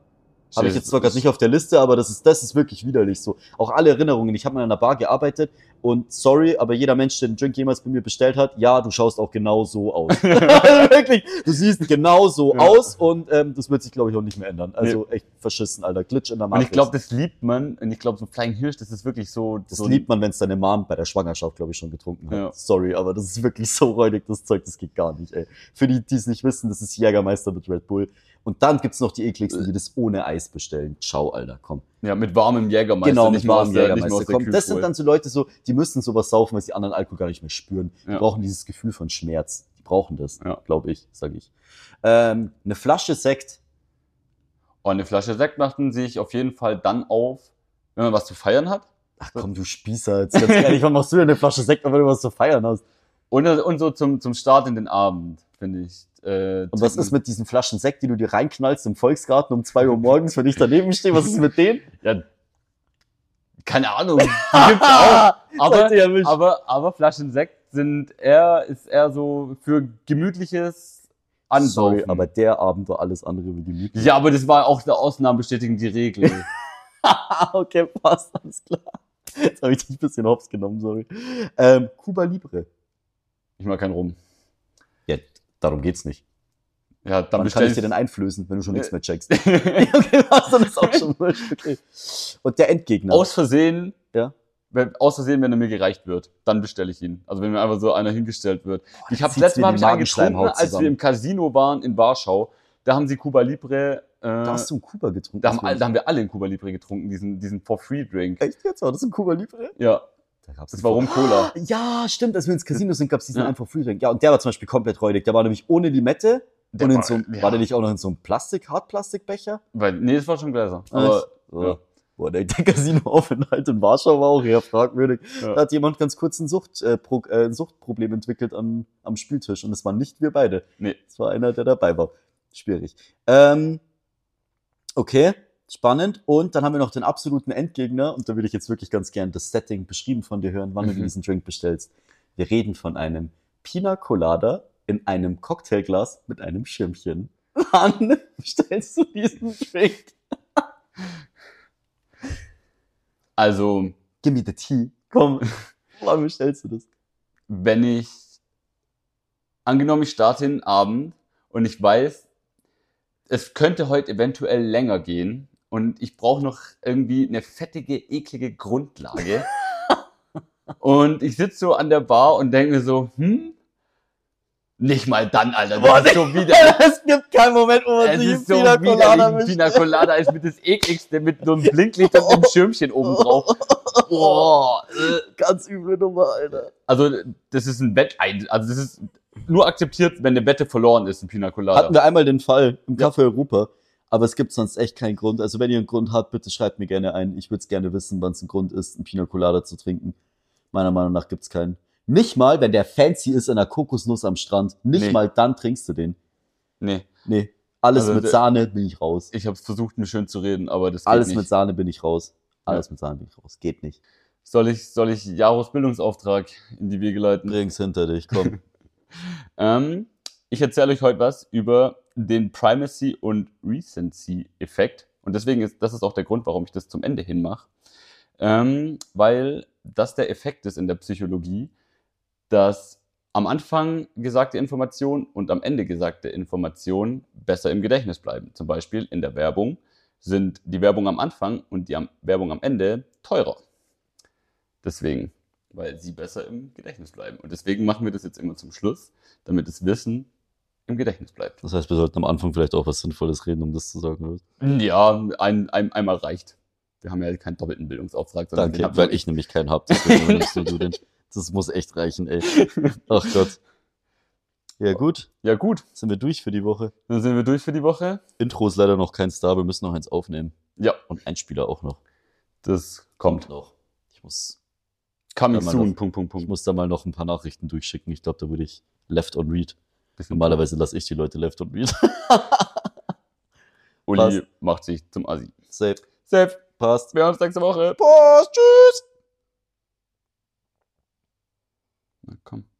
Speaker 2: Habe ich jetzt zwar gerade nicht auf der Liste, aber das ist, das ist wirklich widerlich so. Auch alle Erinnerungen. Ich habe mal in einer Bar gearbeitet und sorry, aber jeder Mensch, der einen Drink jemals bei mir bestellt hat, ja, du schaust auch genau so
Speaker 1: [LAUGHS]
Speaker 2: aus. Also wirklich, du siehst genau so
Speaker 1: Ja.
Speaker 2: aus und ähm, das wird sich, glaube ich, auch nicht mehr ändern. Also echt verschissen, Alter. Glitch in der
Speaker 1: Und
Speaker 2: Matrix.
Speaker 1: ich glaube, das liebt man. Und ich glaube, so Flying Hirsch, das ist wirklich so.
Speaker 2: das
Speaker 1: so
Speaker 2: liebt man, wenn es deine Mom bei der Schwangerschaft, glaube ich, schon getrunken hat.
Speaker 1: Ja.
Speaker 2: Sorry, aber das ist wirklich so räudig, das Zeug, das geht gar nicht, ey. Für die, die es nicht wissen, das ist Jägermeister mit Red Bull. Und dann gibt's noch die ekligsten, die das ohne Eis bestellen. Ciao, Alter, komm.
Speaker 1: Ja, mit warmem Jägermeister.
Speaker 2: Genau,
Speaker 1: nicht
Speaker 2: mit
Speaker 1: mal aus
Speaker 2: warmem
Speaker 1: der- nicht mal
Speaker 2: Jägermeister.
Speaker 1: aus der
Speaker 2: Komm, das sind
Speaker 1: Kühltruhe.
Speaker 2: dann so Leute, so, die müssen sowas saufen, weil sie anderen Alkohol gar nicht mehr spüren. Die
Speaker 1: Ja.
Speaker 2: brauchen dieses Gefühl von Schmerz. Die brauchen das,
Speaker 1: Ja.
Speaker 2: glaube ich, sage ich. Ähm, eine Flasche Sekt.
Speaker 1: Oh, eine Flasche Sekt machen sehe ich auf jeden Fall dann auf, wenn man was zu feiern hat.
Speaker 2: Ach komm, du Spießer, jetzt ganz
Speaker 1: [LAUGHS]
Speaker 2: ehrlich, warum machst du denn eine Flasche Sekt, wenn du was zu feiern hast?
Speaker 1: Und, und so zum, zum Start in den Abend, finde ich. Äh,
Speaker 2: Und was
Speaker 1: trinken.
Speaker 2: ist mit diesen Flaschen Sekt, die du dir reinknallst im Volksgarten um 2 Uhr morgens, wenn ich daneben stehe? Was ist mit
Speaker 1: [LAUGHS]
Speaker 2: denen?
Speaker 1: Ja, keine Ahnung. [LAUGHS] Die gibt's
Speaker 2: [LAUGHS]
Speaker 1: auch. Ah, Aber,
Speaker 2: Oh, Leute, ihr wischt.
Speaker 1: aber, aber Flaschen Sekt sind eher, ist eher so für gemütliches Ansaufen.
Speaker 2: Sorry, aber der Abend war alles andere wie gemütlich. [LAUGHS]
Speaker 1: ja, aber das war auch eine Ausnahme bestätigen die Regel.
Speaker 2: okay, passt, alles klar. Jetzt habe ich dich ein bisschen hops genommen, sorry. Ähm, Cuba Libre.
Speaker 1: ich mag keinen Rum.
Speaker 2: Ja, darum geht's nicht.
Speaker 1: Ja, dann
Speaker 2: Wann kann ich
Speaker 1: bestellst
Speaker 2: dir denn einflößen, wenn du schon nichts mehr [LAUGHS] checkst?
Speaker 1: [LAUGHS] denn
Speaker 2: okay, passt, Äh. dann [LAUGHS] ist auch schon wurscht, okay. Und der Endgegner.
Speaker 1: Aus Versehen,
Speaker 2: Ja.
Speaker 1: wenn, aus Versehen, wenn er mir gereicht wird, dann bestelle ich ihn. Also wenn mir einfach so einer hingestellt wird. ich habe
Speaker 2: zieht's
Speaker 1: letztes
Speaker 2: mir
Speaker 1: Mal
Speaker 2: die
Speaker 1: hab ich einen getrunken,
Speaker 2: Magenschleimhaut
Speaker 1: als wir im Casino waren in Warschau. Da haben sie Cuba Libre. Äh,
Speaker 2: da
Speaker 1: da,
Speaker 2: hast du einen Cuba getrunken.
Speaker 1: haben, alle- da haben wir alle in Cuba Libre getrunken, diesen, diesen For Free Drink.
Speaker 2: Echt jetzt? War das ein Cuba Libre?
Speaker 1: Ja,
Speaker 2: Da gab's
Speaker 1: das war Rum Cola.
Speaker 2: [GASPS] Ja, stimmt, als wir ins Casino sind, gab es diesen
Speaker 1: Ja.
Speaker 2: einfach Frühdrink. Ja, und der war zum Beispiel komplett räudig. Der war nämlich ohne Limette
Speaker 1: Der
Speaker 2: und in
Speaker 1: war-
Speaker 2: so einem,
Speaker 1: ja.
Speaker 2: war der nicht auch noch in so einem Plastik, Hartplastikbecher?
Speaker 1: Weil, nee, das war schon Gläser. Aber
Speaker 2: Echt?
Speaker 1: ja.
Speaker 2: Boah, der, der Casinoaufenthalt in Warschau war auch eher fragwürdig.
Speaker 1: Ja.
Speaker 2: Da hat jemand ganz kurz ein, Sucht, äh, Pro, äh, ein Suchtproblem entwickelt am, am Spieltisch und es waren nicht wir beide.
Speaker 1: Nee.
Speaker 2: Es war einer, der dabei war. Schwierig. Ähm, okay, spannend. Und dann haben wir noch den absoluten Endgegner und da würde ich jetzt wirklich ganz gern das Setting beschrieben von dir hören, wann du
Speaker 1: Mhm.
Speaker 2: dir diesen Drink bestellst. Wir reden von einem Pina Colada in einem Cocktailglas mit einem Schirmchen. Wann [LAUGHS] bestellst du diesen Drink?
Speaker 1: also,
Speaker 2: Give me the tea.
Speaker 1: [LAUGHS]
Speaker 2: Komm. Wann bestellst du das?
Speaker 1: wenn ich, angenommen, ich starte den Abend und ich weiß, es könnte heute eventuell länger gehen und ich brauche noch irgendwie eine fettige, eklige [LAUGHS] Grundlage. und ich sitze so an der Bar und denke mir so, hm, nicht mal dann, Alter,
Speaker 2: Boah,
Speaker 1: das ist so wieder.
Speaker 2: es gibt keinen Moment, wo
Speaker 1: Es ist so widerlich. Ein Pina Colada ist mit das ekligste, mit so einem Blinklicht und [LAUGHS] einem Schirmchen oben drauf. Boah. äh.
Speaker 2: Ganz üble Nummer, Alter.
Speaker 1: Also, das ist ein Wettein. Also, das ist nur akzeptiert, wenn eine Wette verloren ist, ein Pina Colada.
Speaker 2: Hatten wir einmal den Fall im Café Europa, aber es gibt sonst echt keinen Grund. Also wenn ihr einen Grund habt, bitte schreibt mir gerne ein. Ich würde es gerne wissen, wann es ein Grund ist, einen Pina Colada zu trinken. Meiner Meinung nach gibt's keinen. Nicht mal, wenn der fancy ist in einer Kokosnuss am Strand. Nicht
Speaker 1: Nee.
Speaker 2: mal dann trinkst du den.
Speaker 1: Nee,
Speaker 2: Nee, alles
Speaker 1: Also
Speaker 2: mit
Speaker 1: der-
Speaker 2: Sahne bin ich raus.
Speaker 1: ich habe versucht, mir schön zu reden, aber das geht
Speaker 2: Alles
Speaker 1: nicht.
Speaker 2: mit Sahne bin ich raus. Alles mit Sahne bin ich raus. Geht nicht.
Speaker 1: soll ich, soll ich Jaros Bildungsauftrag in die Wege leiten?
Speaker 2: Bring's hinter dich, komm.
Speaker 1: Ähm, ich erzähle euch heute was über den Primacy- und Recency-Effekt. Und deswegen ist das ist auch der Grund, warum ich das zum Ende hin mache. Ähm, weil das der Effekt ist in der Psychologie, dass am Anfang gesagte Information und am Ende gesagte Information besser im Gedächtnis bleiben. Zum Beispiel in der Werbung sind die Werbung am Anfang und die am, Werbung am Ende teurer. Deswegen, weil sie besser im Gedächtnis bleiben. Und deswegen machen wir das jetzt immer zum Schluss, damit das Wissen im Gedächtnis bleibt.
Speaker 2: Das heißt, wir sollten am Anfang vielleicht auch was Sinnvolles reden, um das zu sagen. Oder?
Speaker 1: Ja, ein, ein, einmal reicht. Wir haben ja keinen doppelten Bildungsauftrag, sondern den
Speaker 2: Danke,
Speaker 1: hab nur
Speaker 2: weil ich nämlich keinen habe.
Speaker 1: [LAUGHS]
Speaker 2: Deswegen nimmst du den. Das muss echt reichen, ey. Ach Gott. Ja, gut.
Speaker 1: Ja, gut,
Speaker 2: Sind wir durch für die Woche.
Speaker 1: dann sind wir durch für die Woche.
Speaker 2: Intro ist leider noch kein Star. Wir müssen noch eins aufnehmen.
Speaker 1: Ja.
Speaker 2: Und ein Spieler auch noch.
Speaker 1: Das kommt.
Speaker 2: Noch. Ich muss,
Speaker 1: Coming
Speaker 2: Ja, mal
Speaker 1: soon.
Speaker 2: das-
Speaker 1: Punkt, Punkt,
Speaker 2: ich
Speaker 1: Punkt.
Speaker 2: muss da mal noch ein paar Nachrichten durchschicken. Ich glaube, da würde ich left on read.
Speaker 1: Bisschen-
Speaker 2: Normalerweise lasse ich die Leute left on read. [LAUGHS]
Speaker 1: Uli
Speaker 2: passt.
Speaker 1: macht sich zum Asi.
Speaker 2: Safe.
Speaker 1: Sepp,
Speaker 2: Passt.
Speaker 1: wir hören uns nächste Woche. Post, tschüss. Na komm.